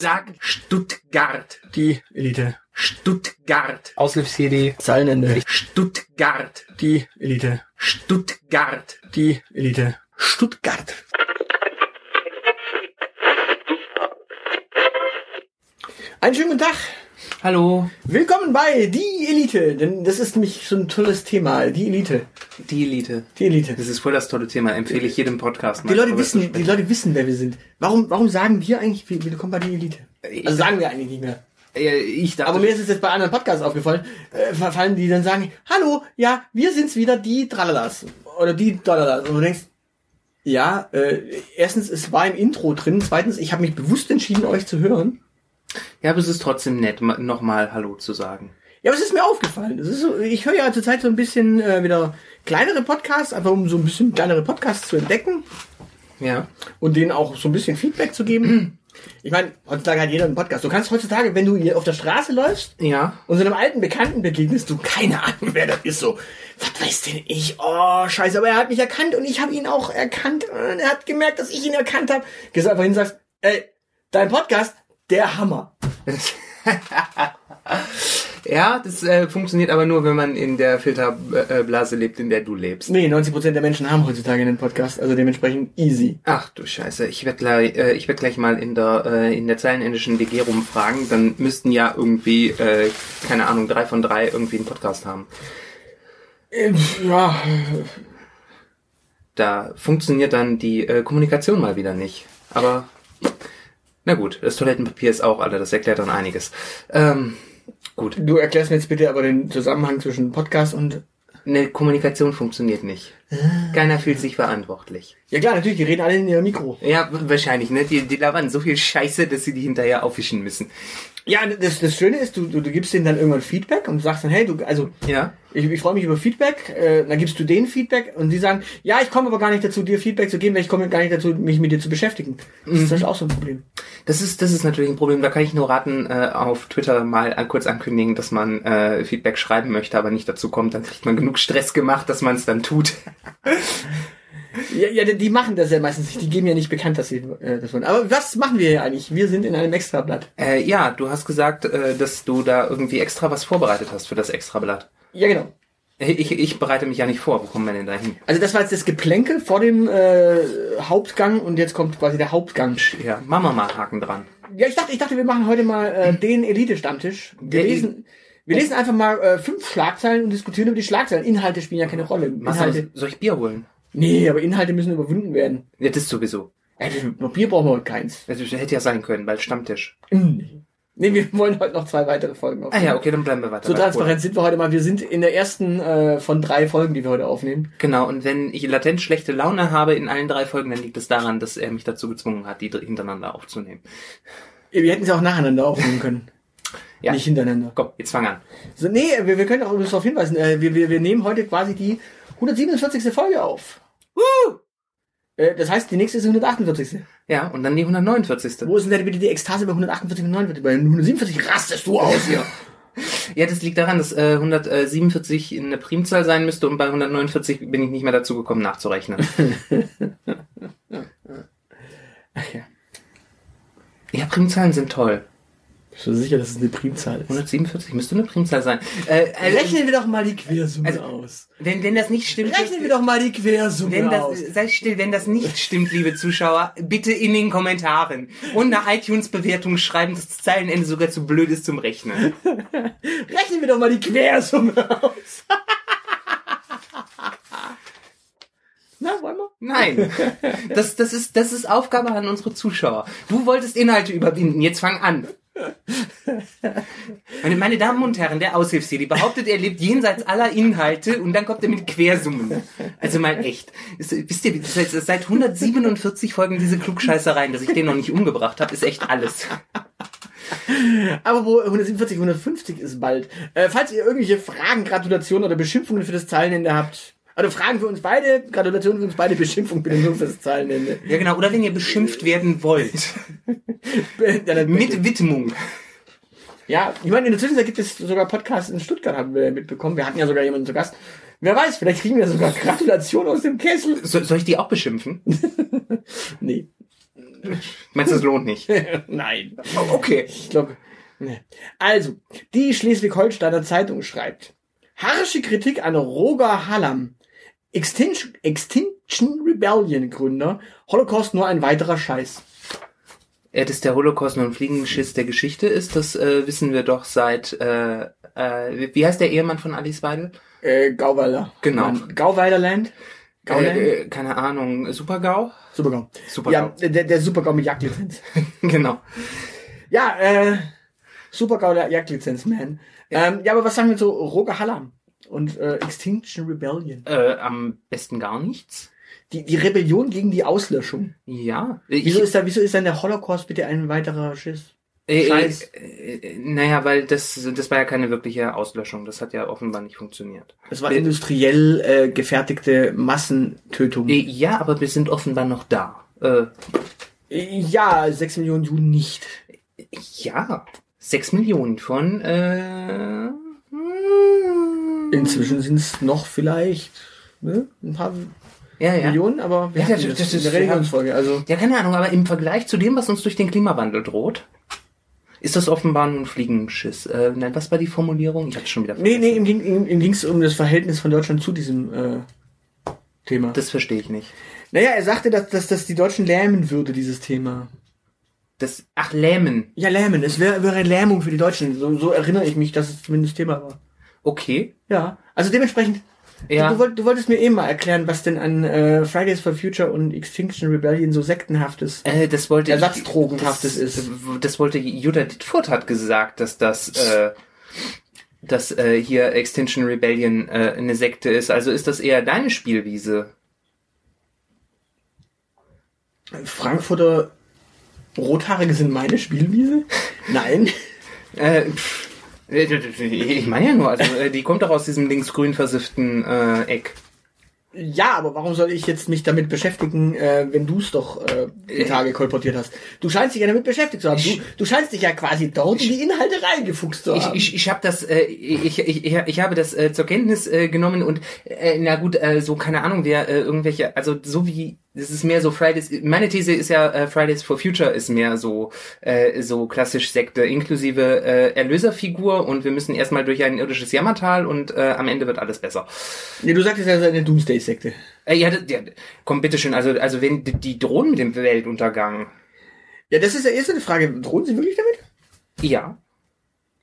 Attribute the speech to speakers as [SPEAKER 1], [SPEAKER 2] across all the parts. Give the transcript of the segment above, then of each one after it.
[SPEAKER 1] Sag Stuttgart.
[SPEAKER 2] Die Elite.
[SPEAKER 1] Stuttgart.
[SPEAKER 3] Auslöfs-CD.
[SPEAKER 2] Zeilenende.
[SPEAKER 1] Stuttgart.
[SPEAKER 2] Die Elite.
[SPEAKER 1] Stuttgart.
[SPEAKER 2] Die Elite.
[SPEAKER 3] Stuttgart.
[SPEAKER 2] Einen schönen guten Tag.
[SPEAKER 3] Hallo,
[SPEAKER 2] Willkommen bei Die Elite. Denn das ist nämlich so ein tolles Thema. Die Elite.
[SPEAKER 3] die Elite.
[SPEAKER 2] Die Elite.
[SPEAKER 3] Das ist voll das tolle Thema, empfehle ich jedem Podcast.
[SPEAKER 2] Die
[SPEAKER 3] mal
[SPEAKER 2] Leute
[SPEAKER 3] darüber zu
[SPEAKER 2] wissen, die Leute wissen, wer wir sind. Warum, warum sagen wir eigentlich, wir- willkommen bei Die Elite?
[SPEAKER 3] Ich-
[SPEAKER 2] Also sagen wir eigentlich nicht mehr.
[SPEAKER 3] sprechen. Äh, Ich dachte,
[SPEAKER 2] Aber mir ist es jetzt bei anderen Podcasts aufgefallen, äh, vor allem die dann sagen, hallo, ja, wir sind's wieder die Tralalas. Oder die Dalalas. Und du denkst, ja, äh, erstens, es war im Intro drin. Zweitens, ich habe mich bewusst entschieden, euch zu hören.
[SPEAKER 3] ja, aber es ist trotzdem nett, ma- nochmal Hallo zu sagen.
[SPEAKER 2] Ja, aber es ist mir aufgefallen. Es ist so, ich höre ja zurzeit so ein bisschen äh, wieder kleinere Podcasts, einfach um so ein bisschen kleinere Podcasts zu entdecken
[SPEAKER 3] Ja.
[SPEAKER 2] und denen auch so ein bisschen Feedback zu geben. Ich meine, heutzutage hat jeder einen Podcast. Du kannst heutzutage, wenn du hier auf der Straße läufst,
[SPEAKER 3] Ja.
[SPEAKER 2] Und so einem alten Bekannten begegnest du keine Ahnung, wer das ist. So, was weiß denn ich? Oh, scheiße, aber er hat mich erkannt und ich habe ihn auch erkannt. Und er hat gemerkt, dass ich ihn erkannt habe. Gehst einfach hin und sagst, ey, dein Podcast, der Hammer.
[SPEAKER 3] Ja, das äh, funktioniert aber nur, wenn man in der Filterblase lebt, in der du lebst.
[SPEAKER 2] Nee, 90% der Menschen haben heutzutage einen Podcast, also dementsprechend easy.
[SPEAKER 3] Ach du Scheiße, ich werde gleich, äh, ich werd gleich mal in der, äh, in der zeilenindischen WG rumfragen, dann müssten ja irgendwie, äh, keine Ahnung, drei von drei irgendwie einen Podcast haben.
[SPEAKER 2] Äh, Ja,
[SPEAKER 3] da funktioniert dann die äh, Kommunikation mal wieder nicht. Aber na gut, das Toilettenpapier ist auch alle, das erklärt dann einiges. Ähm, gut,
[SPEAKER 2] du erklärst mir jetzt bitte aber den Zusammenhang zwischen Podcast und...
[SPEAKER 3] eine Kommunikation funktioniert nicht. Keiner fühlt sich verantwortlich.
[SPEAKER 2] Ja klar, natürlich, die reden alle in ihrem Mikro.
[SPEAKER 3] Ja, w- wahrscheinlich, ne? Die, die labern so viel Scheiße, dass sie die hinterher aufwischen müssen.
[SPEAKER 2] Ja, das, das Schöne ist, du, du, du gibst denen dann irgendwann Feedback und sagst dann, hey, du, also
[SPEAKER 3] Ja.
[SPEAKER 2] Ich, ich freue mich über Feedback. Äh, dann gibst du denen Feedback und die sagen, ja, ich komme aber gar nicht dazu, dir Feedback zu geben, weil ich komme gar nicht dazu, mich mit dir zu beschäftigen. Das ist natürlich auch so ein Problem.
[SPEAKER 3] Das ist, das ist natürlich ein Problem. Da kann ich nur raten, äh, auf Twitter mal an, kurz ankündigen, dass man äh, Feedback schreiben möchte, aber nicht dazu kommt. Dann kriegt man genug Stress gemacht, dass man es dann tut.
[SPEAKER 2] Ja, ja, die- die machen das ja meistens nicht. Die geben ja nicht bekannt, dass sie äh, das wollen. Aber was machen wir hier eigentlich? Wir sind in einem Extrablatt.
[SPEAKER 3] Äh, ja, du hast gesagt, äh, dass du da irgendwie extra was vorbereitet hast für das Extrablatt.
[SPEAKER 2] Ja, genau.
[SPEAKER 3] Äh, Ich, ich bereite mich ja nicht vor. Wo kommen wir denn da hin?
[SPEAKER 2] Also das war jetzt das Geplänkel vor dem äh, Hauptgang und jetzt kommt quasi der Hauptgang.
[SPEAKER 3] Ja, machen wir mal Haken dran.
[SPEAKER 2] Ja, ich dachte, ich dachte, wir machen heute mal äh, den Elite-Stammtisch. Wir
[SPEAKER 3] Der
[SPEAKER 2] lesen, wir lesen einfach mal äh, fünf Schlagzeilen und diskutieren über die Schlagzeilen. Inhalte spielen ja keine Rolle.
[SPEAKER 3] Marcel,
[SPEAKER 2] Inhalte,
[SPEAKER 3] soll ich Bier holen?
[SPEAKER 2] nee, aber Inhalte müssen überwunden werden.
[SPEAKER 3] Ja, das sowieso.
[SPEAKER 2] Ey, wir- noch Bier brauchen wir heute keins.
[SPEAKER 3] Also, das hätte ja sein können, weil Stammtisch.
[SPEAKER 2] Nee, wir wollen heute noch zwei weitere Folgen
[SPEAKER 3] Ah
[SPEAKER 2] aufnehmen.
[SPEAKER 3] ja, okay, dann bleiben wir weiter.
[SPEAKER 2] So
[SPEAKER 3] bei
[SPEAKER 2] transparent sind wir heute mal. Wir sind in der ersten äh, von drei Folgen, die wir heute aufnehmen.
[SPEAKER 3] Cola. Genau, und wenn ich latent schlechte Laune habe in allen drei Folgen, dann liegt es daran, dass er mich dazu gezwungen hat, die dr- hintereinander aufzunehmen.
[SPEAKER 2] Wir hätten sie auch nacheinander aufnehmen können.
[SPEAKER 3] Ja.
[SPEAKER 2] Nicht hintereinander.
[SPEAKER 3] Komm, jetzt fang an.
[SPEAKER 2] So, nee, wir, wir können auch übrigens darauf hinweisen. Äh, wir, wir, wir nehmen heute quasi die 147. Folge auf. Äh, Das heißt, die nächste ist die 148.
[SPEAKER 3] Ja, und dann die 149.
[SPEAKER 2] Wo ist denn da bitte die Ekstase bei 148 und 49? Bei 147 rastest du aus hier.
[SPEAKER 3] Ja, das liegt daran, dass äh, 147 eine Primzahl sein müsste und bei 149 bin ich nicht mehr dazu gekommen nachzurechnen.
[SPEAKER 2] Ach ja.
[SPEAKER 3] ja, Primzahlen sind toll.
[SPEAKER 2] Bist du sicher, dass es eine Primzahl ist?
[SPEAKER 3] 147 müsste eine Primzahl sein. Äh, also,
[SPEAKER 2] Rechnen wir doch mal die Quersumme
[SPEAKER 3] Also-
[SPEAKER 2] aus.
[SPEAKER 3] wenn, wenn das nicht stimmt,
[SPEAKER 2] Rechnen wir doch mal die Quersumme
[SPEAKER 3] wenn das,
[SPEAKER 2] aus.
[SPEAKER 3] sei still, wenn das nicht stimmt, liebe Zuschauer, bitte in den Kommentaren und eine iTunes-Bewertung schreiben, dass das Zeilenende sogar zu blöd ist zum Rechnen.
[SPEAKER 2] Rechnen wir doch mal die Quersumme aus. Na, wollen wir?
[SPEAKER 3] Nein, das, das, ist, das ist Aufgabe an unsere Zuschauer. Du wolltest Inhalte überwinden, jetzt fang an. Meine, meine Damen und Herren, der Aushilfsjedi behauptet, er lebt jenseits aller Inhalte und dann kommt er mit Quersummen. Also mal echt. Ist, wisst ihr, seit, seit 147 Folgen diese Klugscheißereien, dass ich den noch nicht umgebracht habe, ist echt alles.
[SPEAKER 2] Aber wo 147, 150 ist bald. Äh, falls ihr irgendwelche Fragen, Gratulationen oder Beschimpfungen für das Zeilenende habt, also Fragen für uns beide, Gratulationen für uns beide, Beschimpfung bitte nur für das Zeilenende.
[SPEAKER 3] Ja genau, oder wenn ihr beschimpft werden wollt.
[SPEAKER 2] Ja, dann-
[SPEAKER 3] Mit Widmung.
[SPEAKER 2] Ja, ich meine, in der Zwischenzeit gibt es sogar Podcasts in Stuttgart, haben wir mitbekommen. Wir hatten ja sogar jemanden zu Gast. Wer weiß, vielleicht kriegen wir sogar Gratulation aus dem Kessel.
[SPEAKER 3] So, soll ich die auch beschimpfen?
[SPEAKER 2] Nee.
[SPEAKER 3] Meinst du, es lohnt nicht?
[SPEAKER 2] Nein.
[SPEAKER 3] Okay.
[SPEAKER 2] Ich glaube. Nee. Also, die Schleswig-Holsteiner Zeitung schreibt. Harsche Kritik an Roger Hallam. Extinction, Extinction Rebellion Gründer. Holocaust nur ein weiterer Scheiß.
[SPEAKER 3] Ja, Äh, dass der Holocaust nur ein Fliegenschiss der Geschichte ist, das äh, wissen wir doch seit, äh, äh, wie heißt der Ehemann von Alice Weidel?
[SPEAKER 2] Äh, Gauweiler.
[SPEAKER 3] Genau.
[SPEAKER 2] Gauweilerland. Gauland.
[SPEAKER 3] Äh, äh, keine Ahnung, Supergau?
[SPEAKER 2] Supergau.
[SPEAKER 3] Supergau.
[SPEAKER 2] Ja, der, der Supergau mit Jagdlizenz.
[SPEAKER 3] genau.
[SPEAKER 2] ja, äh, Supergau der Jagdlizenz, man. Ähm, ja, aber was sagen wir zu Roger Hallam und äh, Extinction Rebellion?
[SPEAKER 3] Äh, am besten gar nichts.
[SPEAKER 2] Die, die Rebellion gegen die Auslöschung.
[SPEAKER 3] Ja. Ich,
[SPEAKER 2] Wieso ist, da, wieso ist dann der Holocaust bitte ein weiterer Schiss?
[SPEAKER 3] äh,
[SPEAKER 2] Scheiß?
[SPEAKER 3] Äh, äh, naja, weil das, das war ja keine wirkliche Auslöschung. Das hat ja offenbar nicht funktioniert.
[SPEAKER 2] Das war
[SPEAKER 3] Äh,
[SPEAKER 2] industriell äh, gefertigte Massentötung.
[SPEAKER 3] Äh, ja, aber wir sind offenbar noch da. Äh,
[SPEAKER 2] Ja, sechs Millionen Juden nicht.
[SPEAKER 3] ja. Sechs Millionen von, äh,
[SPEAKER 2] Inzwischen sind es noch vielleicht ne, ein paar
[SPEAKER 3] ja, ja.
[SPEAKER 2] Millionen, aber wir
[SPEAKER 3] Ja,
[SPEAKER 2] hatten
[SPEAKER 3] das-
[SPEAKER 2] das,
[SPEAKER 3] das
[SPEAKER 2] in
[SPEAKER 3] ist-
[SPEAKER 2] der Religionsfolge. Also
[SPEAKER 3] Ja, keine Ahnung, aber im Vergleich zu dem, was uns durch den Klimawandel droht, ist das offenbar nur ein Fliegenschiss. Äh, nein, was war die Formulierung? Ich hab's schon wieder
[SPEAKER 2] Nee,
[SPEAKER 3] vergessen.
[SPEAKER 2] nee, ihm ging ihm, ihm ging's um das Verhältnis von Deutschland zu diesem äh, Thema.
[SPEAKER 3] Das verstehe ich nicht.
[SPEAKER 2] naja, er sagte, dass, dass das die Deutschen lähmen würde, dieses Thema.
[SPEAKER 3] Das, ach, Lähmen.
[SPEAKER 2] Ja, lähmen. Es wäre wäre Lähmung für die Deutschen. So, so erinnere ich mich, dass es zumindest Thema war.
[SPEAKER 3] Okay.
[SPEAKER 2] Ja, also dementsprechend.
[SPEAKER 3] Ja.
[SPEAKER 2] Du, du, woll- du wolltest mir eben mal erklären, was denn an äh, Fridays for Future und Extinction Rebellion so sektenhaftes.
[SPEAKER 3] Äh, das wollte
[SPEAKER 2] Ersatzdrogenhaftes
[SPEAKER 3] das,
[SPEAKER 2] ist.
[SPEAKER 3] Das wollte Judith Dittfurt hat gesagt, dass das, äh, dass äh, hier Extinction Rebellion äh, eine Sekte ist. Also ist das eher deine Spielwiese?
[SPEAKER 2] Frankfurter Rothaarige sind meine Spielwiese? Nein.
[SPEAKER 3] Äh, pff, äh, ich meine ja nur, also äh, die kommt doch aus diesem linksgrün versifften äh, Eck.
[SPEAKER 2] Ja, aber warum soll ich jetzt mich damit beschäftigen, äh, wenn du es doch äh, die Tage kolportiert hast? Du scheinst dich ja damit beschäftigt zu haben. Du, du scheinst dich ja quasi dort in die Inhalte reingefuchst zu haben.
[SPEAKER 3] Ich, ich, ich habe das, äh, ich, ich, ich, ich habe das äh, zur Kenntnis äh, genommen und äh, na gut, äh, so keine Ahnung, wer äh, irgendwelche, also so wie das ist mehr so Fridays. Meine These ist ja äh, Fridays for Future ist mehr so äh, so klassisch Sekte inklusive äh, Erlöserfigur und wir müssen erstmal durch ein irdisches Jammertal und äh, am Ende wird alles besser.
[SPEAKER 2] nee, du sagtest ja, es ist eine Doomsday-Sekte.
[SPEAKER 3] Äh, ja, d- ja, komm bitteschön, also also wenn die- die drohen mit dem Weltuntergang,
[SPEAKER 2] Ja, das ist ja erst eine Frage. Drohen sie wirklich damit?
[SPEAKER 3] ja.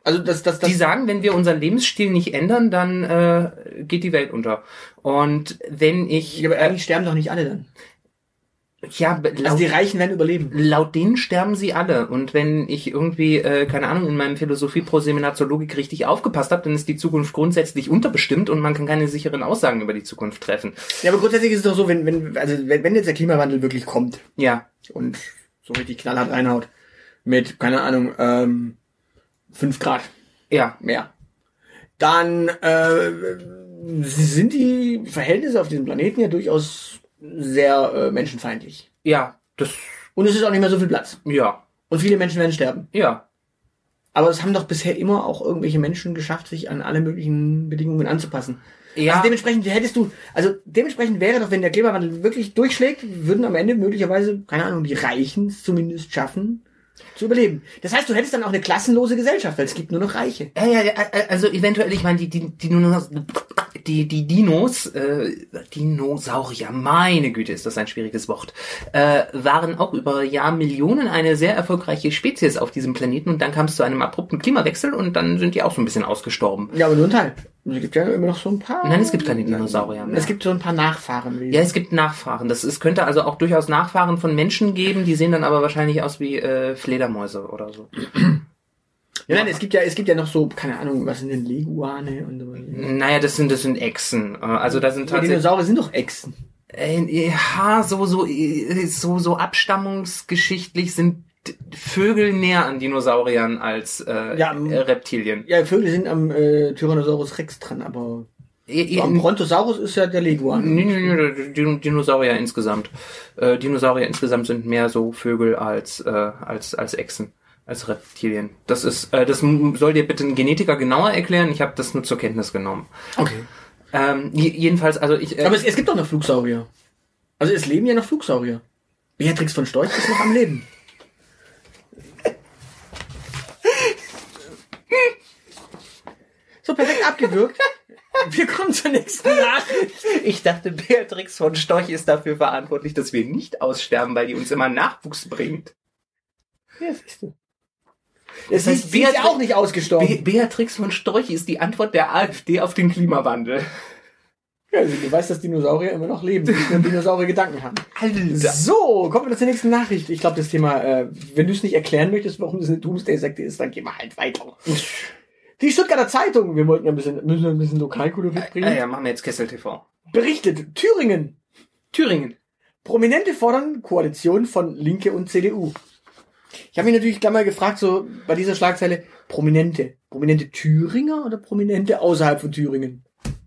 [SPEAKER 2] Also das, das, das
[SPEAKER 3] die sagen, wenn wir unseren Lebensstil nicht ändern, dann äh, geht die Welt unter. Und wenn ich
[SPEAKER 2] Ja, aber eigentlich sterben doch nicht alle dann.
[SPEAKER 3] Ja, be- laut,
[SPEAKER 2] Also die Reichen werden überleben.
[SPEAKER 3] laut denen sterben sie alle. Und wenn ich irgendwie, äh, keine Ahnung, in meinem Philosophie-Pro-Seminar zur Logik richtig aufgepasst habe, dann ist die Zukunft grundsätzlich unterbestimmt und man kann keine sicheren Aussagen über die Zukunft treffen.
[SPEAKER 2] Ja, aber grundsätzlich ist es doch so, wenn, wenn, also wenn, wenn jetzt der Klimawandel wirklich kommt
[SPEAKER 3] Ja,
[SPEAKER 2] und so richtig knallhart reinhaut, mit, keine Ahnung, ähm, 5 Grad
[SPEAKER 3] ja.
[SPEAKER 2] mehr, dann äh, sind die Verhältnisse auf diesem Planeten ja durchaus sehr äh, menschenfeindlich.
[SPEAKER 3] Ja, das,
[SPEAKER 2] Und es ist auch nicht mehr so viel Platz.
[SPEAKER 3] ja,
[SPEAKER 2] Und viele Menschen werden sterben.
[SPEAKER 3] ja.
[SPEAKER 2] Aber es haben doch bisher immer auch irgendwelche Menschen geschafft, sich an alle möglichen Bedingungen anzupassen.
[SPEAKER 3] Ja,
[SPEAKER 2] Also dementsprechend hättest du, also dementsprechend wäre doch, wenn der Klimawandel wirklich durchschlägt, würden am Ende möglicherweise, keine Ahnung, die Reichen es zumindest schaffen, zu überleben. Das heißt, du hättest dann auch eine klassenlose Gesellschaft, weil es gibt nur noch Reiche.
[SPEAKER 3] ja, ja, ja, äh, also eventuell, ich meine, die, die, die, Dinos- die, die Dinos, äh, Dinosaurier, meine Güte, ist das ein schwieriges Wort, äh, waren auch über Jahrmillionen eine sehr erfolgreiche Spezies auf diesem Planeten und dann kam es zu einem abrupten Klimawechsel und dann sind die auch so ein bisschen ausgestorben.
[SPEAKER 2] Ja, aber nur ein Teil. Es gibt ja immer noch so ein paar.
[SPEAKER 3] Nein, es gibt keine Dinosaurier mehr.
[SPEAKER 2] Es gibt so ein paar Nachfahren.
[SPEAKER 3] ja, es gibt Nachfahren. Das, es könnte also auch durchaus Nachfahren von Menschen geben, die sehen dann aber wahrscheinlich aus wie äh, Fledermäuse oder so.
[SPEAKER 2] ja, nein, es gibt ja, es gibt ja noch so, keine Ahnung, was sind denn Leguane und so.
[SPEAKER 3] Naja, das sind das sind Echsen. Äh, Also da sind
[SPEAKER 2] Die
[SPEAKER 3] tatsächlich
[SPEAKER 2] Dinosaurier sind doch Echsen.
[SPEAKER 3] Äh, Ja, so, so, äh, so, so abstammungsgeschichtlich sind Vögel näher an Dinosauriern als äh,
[SPEAKER 2] Ja, m-
[SPEAKER 3] äh, Reptilien.
[SPEAKER 2] Ja, Vögel sind am äh, Tyrannosaurus Rex dran, aber
[SPEAKER 3] Äh, äh,
[SPEAKER 2] am Brontosaurus ist ja der Leguan.
[SPEAKER 3] nö, nö, nö, Din- Dinosaurier insgesamt. Äh, Dinosaurier insgesamt sind mehr so Vögel als, äh, als, als Echsen, als Reptilien. Das ist, äh, das m- soll dir bitte ein Genetiker genauer erklären. Ich habe das nur zur Kenntnis genommen.
[SPEAKER 2] Okay.
[SPEAKER 3] Ähm, j- jedenfalls, also ich. Äh,
[SPEAKER 2] Aber es, es gibt doch noch Flugsaurier. Also es leben ja noch Flugsaurier. Beatrix von Storch ist noch am Leben. So, perfekt abgewürgt. Wir kommen zur nächsten Nachricht.
[SPEAKER 3] Ich dachte, Beatrix von Storch ist dafür verantwortlich, dass wir nicht aussterben, weil die uns immer Nachwuchs bringt.
[SPEAKER 2] Ja, siehst du. Es
[SPEAKER 3] heißt,
[SPEAKER 2] ist, sie ist ja
[SPEAKER 3] Beatrix-
[SPEAKER 2] auch nicht ausgestorben.
[SPEAKER 3] Be Beatrix von Storch ist die Antwort der AfD auf den Klimawandel.
[SPEAKER 2] Ja, also du weißt, dass Dinosaurier immer noch leben, nicht nur Dinosaurier Gedanken haben.
[SPEAKER 3] Alter.
[SPEAKER 2] So, kommen wir zur nächsten Nachricht. Ich glaube, das Thema, äh, wenn du es nicht erklären möchtest, warum das eine Doomsday-Sekte ist, dann gehen wir halt weiter. Die Stuttgarter Zeitung, wir wollten ja ein bisschen, müssen ja ein bisschen Lokalkultur mitbringen,
[SPEAKER 3] Ah ja, machen wir jetzt Kessel TV.
[SPEAKER 2] berichtet, Thüringen,
[SPEAKER 3] Thüringen.
[SPEAKER 2] Prominente fordern Koalition von Linke und CDU. Ich habe mich natürlich gleich mal gefragt, so bei dieser Schlagzeile, Prominente. Prominente Thüringer oder Prominente außerhalb von Thüringen?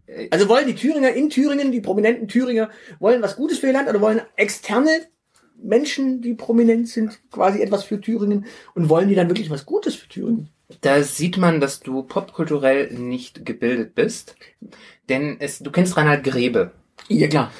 [SPEAKER 3] Äh,
[SPEAKER 2] Also wollen die Thüringer in Thüringen, die prominenten Thüringer, wollen was Gutes für ihr Land oder wollen externe Menschen, die prominent sind, quasi etwas für Thüringen und wollen die dann wirklich was Gutes für Thüringen?
[SPEAKER 3] Da sieht man, dass du popkulturell nicht gebildet bist. Denn es, du kennst Reinhard Grebe.
[SPEAKER 2] Ja, klar.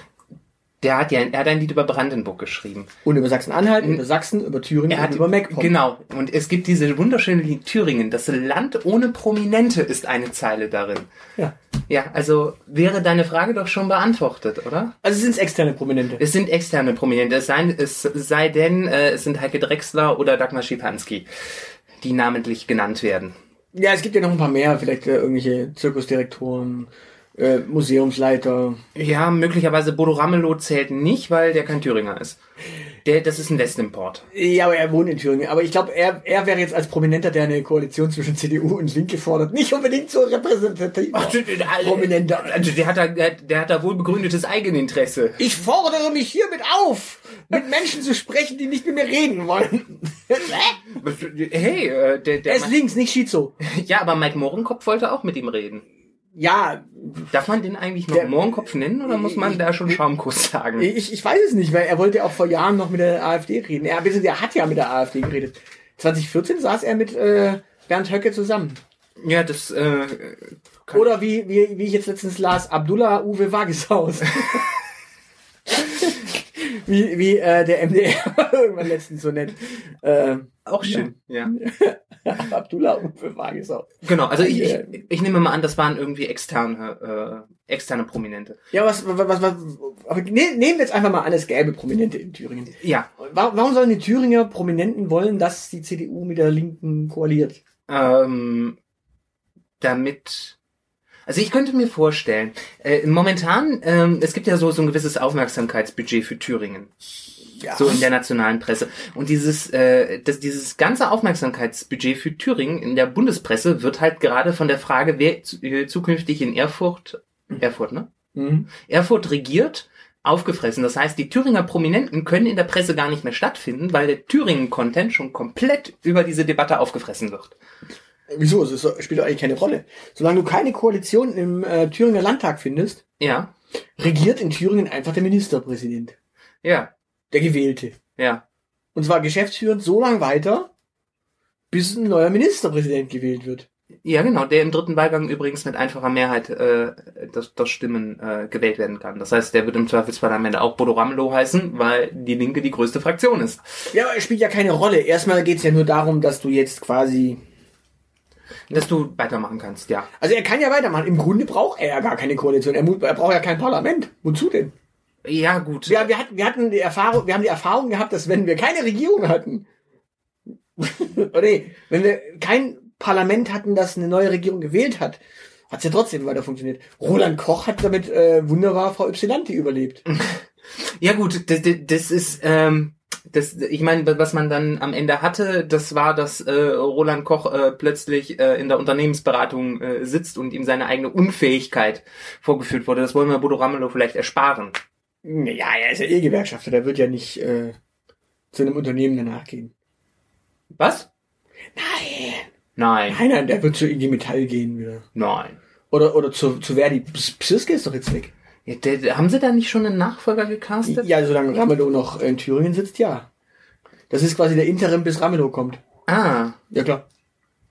[SPEAKER 3] Der hat ja, er hat ein Lied über Brandenburg geschrieben.
[SPEAKER 2] Und über Sachsen-Anhalt,
[SPEAKER 3] Mhm.
[SPEAKER 2] über Sachsen, über Thüringen
[SPEAKER 3] Er hat
[SPEAKER 2] und über MacPom.
[SPEAKER 3] Genau. Und es gibt diese wunderschöne Lied Thüringen. Das Land ohne Prominente ist eine Zeile darin.
[SPEAKER 2] Ja.
[SPEAKER 3] Ja, also wäre deine Frage doch schon beantwortet, oder?
[SPEAKER 2] Also sind es externe Prominente.
[SPEAKER 3] Es sind externe Prominente. Es sei, es sei denn, äh, es sind Heike Drexler oder Dagmar Schipanski, die namentlich genannt werden.
[SPEAKER 2] Ja, es gibt ja noch ein paar mehr, vielleicht äh, irgendwelche Zirkusdirektoren, äh, Museumsleiter.
[SPEAKER 3] Ja, möglicherweise Bodo Ramelow zählt nicht, weil der kein Thüringer ist. Der, das ist ein Westimport.
[SPEAKER 2] Ja, aber er wohnt in Thüringen. Aber ich glaube, er, er wäre jetzt als Prominenter, der eine Koalition zwischen CDU und Linke fordert, nicht unbedingt so repräsentativ. Prominenter.
[SPEAKER 3] Also der hat da, der, hat- der hat da wohl begründetes Eigeninteresse.
[SPEAKER 2] Ich fordere mich hiermit auf, mit Menschen zu sprechen, die nicht mit mir reden wollen.
[SPEAKER 3] Hey, äh, der,
[SPEAKER 2] er
[SPEAKER 3] der
[SPEAKER 2] ist links, nicht Schizo.
[SPEAKER 3] ja, aber Mike Mohrenkopf wollte auch mit ihm reden.
[SPEAKER 2] Ja,
[SPEAKER 3] Darf man den eigentlich noch
[SPEAKER 2] Der-
[SPEAKER 3] Mohrenkopf nennen oder muss man da schon Schaumkuss sagen?
[SPEAKER 2] ich, ich weiß es nicht, weil er wollte ja auch vor Jahren noch mit der AfD reden. Er, beziehungsweise er hat ja mit der AfD geredet. 2014 saß er mit äh, Bernd Höcke zusammen.
[SPEAKER 3] Ja, das äh, kann
[SPEAKER 2] Oder wie, wie, wie ich jetzt letztens las, Abdullah Uwe Wageshaus. wie wie äh, der MDR irgendwann letztens so nennt. Ähm,
[SPEAKER 3] auch schön. ja.
[SPEAKER 2] Abdullah Uwe Wageshaus.
[SPEAKER 3] Genau, also ich, ich,
[SPEAKER 2] Ja.
[SPEAKER 3] ich nehme mal an, das waren irgendwie externe, äh, externe Prominente.
[SPEAKER 2] Ja, was, was, was, was aber ne, nehmen wir jetzt einfach mal an, es gäbe Prominente in Thüringen.
[SPEAKER 3] Ja,
[SPEAKER 2] Warum, warum sollen die Thüringer Prominenten wollen, dass die CDU mit der Linken koaliert?
[SPEAKER 3] ähm, damit. Also ich könnte mir vorstellen, äh, momentan, ähm, es gibt ja so, so ein gewisses Aufmerksamkeitsbudget für Thüringen,
[SPEAKER 2] Ja.
[SPEAKER 3] so in der nationalen Presse. Und dieses, äh, das, dieses ganze Aufmerksamkeitsbudget für Thüringen in der Bundespresse wird halt gerade von der Frage, wer zu- äh, zukünftig in Erfurt, Erfurt, ne?
[SPEAKER 2] Mhm.
[SPEAKER 3] Erfurt regiert, aufgefressen. Das heißt, die Thüringer Prominenten können in der Presse gar nicht mehr stattfinden, weil der Thüringen-Content schon komplett über diese Debatte aufgefressen wird.
[SPEAKER 2] Wieso? Es ist- spielt doch eigentlich keine Rolle. Solange du keine Koalition im äh, Thüringer Landtag findest,
[SPEAKER 3] Ja,
[SPEAKER 2] regiert in Thüringen einfach der Ministerpräsident.
[SPEAKER 3] ja,
[SPEAKER 2] Der Gewählte.
[SPEAKER 3] ja.
[SPEAKER 2] Und zwar geschäftsführend so lange weiter, bis ein neuer Ministerpräsident gewählt wird.
[SPEAKER 3] Ja, genau, der im dritten Wahlgang übrigens mit einfacher Mehrheit äh, das, das Stimmen äh, gewählt werden kann. Das heißt, der wird im Zweifelsfall am Ende auch Bodo Ramelow heißen, weil die Linke die größte Fraktion ist.
[SPEAKER 2] Ja, aber es spielt ja keine Rolle. Erstmal geht's ja nur darum, dass du jetzt quasi.
[SPEAKER 3] Dass du weitermachen kannst, ja.
[SPEAKER 2] Also er kann ja weitermachen. Im Grunde braucht er ja gar keine Koalition. Er, mu- er braucht ja kein Parlament. Wozu denn?
[SPEAKER 3] Ja, gut.
[SPEAKER 2] Ja, wir hatten, wir hatten die Erfahrung, wir haben die Erfahrung gehabt, dass wenn wir keine Regierung hatten, oder nee, wenn wir kein Parlament hatten, das eine neue Regierung gewählt hat, hat's ja trotzdem weiter funktioniert. Roland Koch hat damit äh, wunderbar Frau Ypsilanti überlebt.
[SPEAKER 3] Ja gut, das, das ist, ähm, das, ich meine, was man dann am Ende hatte, das war, dass äh, Roland Koch äh, plötzlich äh, in der Unternehmensberatung äh, sitzt und ihm seine eigene Unfähigkeit vorgeführt wurde. Das wollen wir Bodo Ramelow vielleicht ersparen.
[SPEAKER 2] Naja, er ist ja eh Gewerkschafter, der wird ja nicht äh, zu einem Unternehmen danach gehen.
[SPEAKER 3] Was?
[SPEAKER 2] Nein.
[SPEAKER 3] Nein,
[SPEAKER 2] Nein, nein, der wird zu IG Metall gehen wieder.
[SPEAKER 3] nein.
[SPEAKER 2] Oder, oder zu, zu Verdi. Ps- Psiske ist doch jetzt weg.
[SPEAKER 3] Ja, der, haben sie da nicht schon einen Nachfolger gecastet?
[SPEAKER 2] Ja, solange Ramelow noch in Thüringen sitzt, ja. Das ist quasi der Interim, bis Ramelow kommt.
[SPEAKER 3] Ah,
[SPEAKER 2] Ja, klar.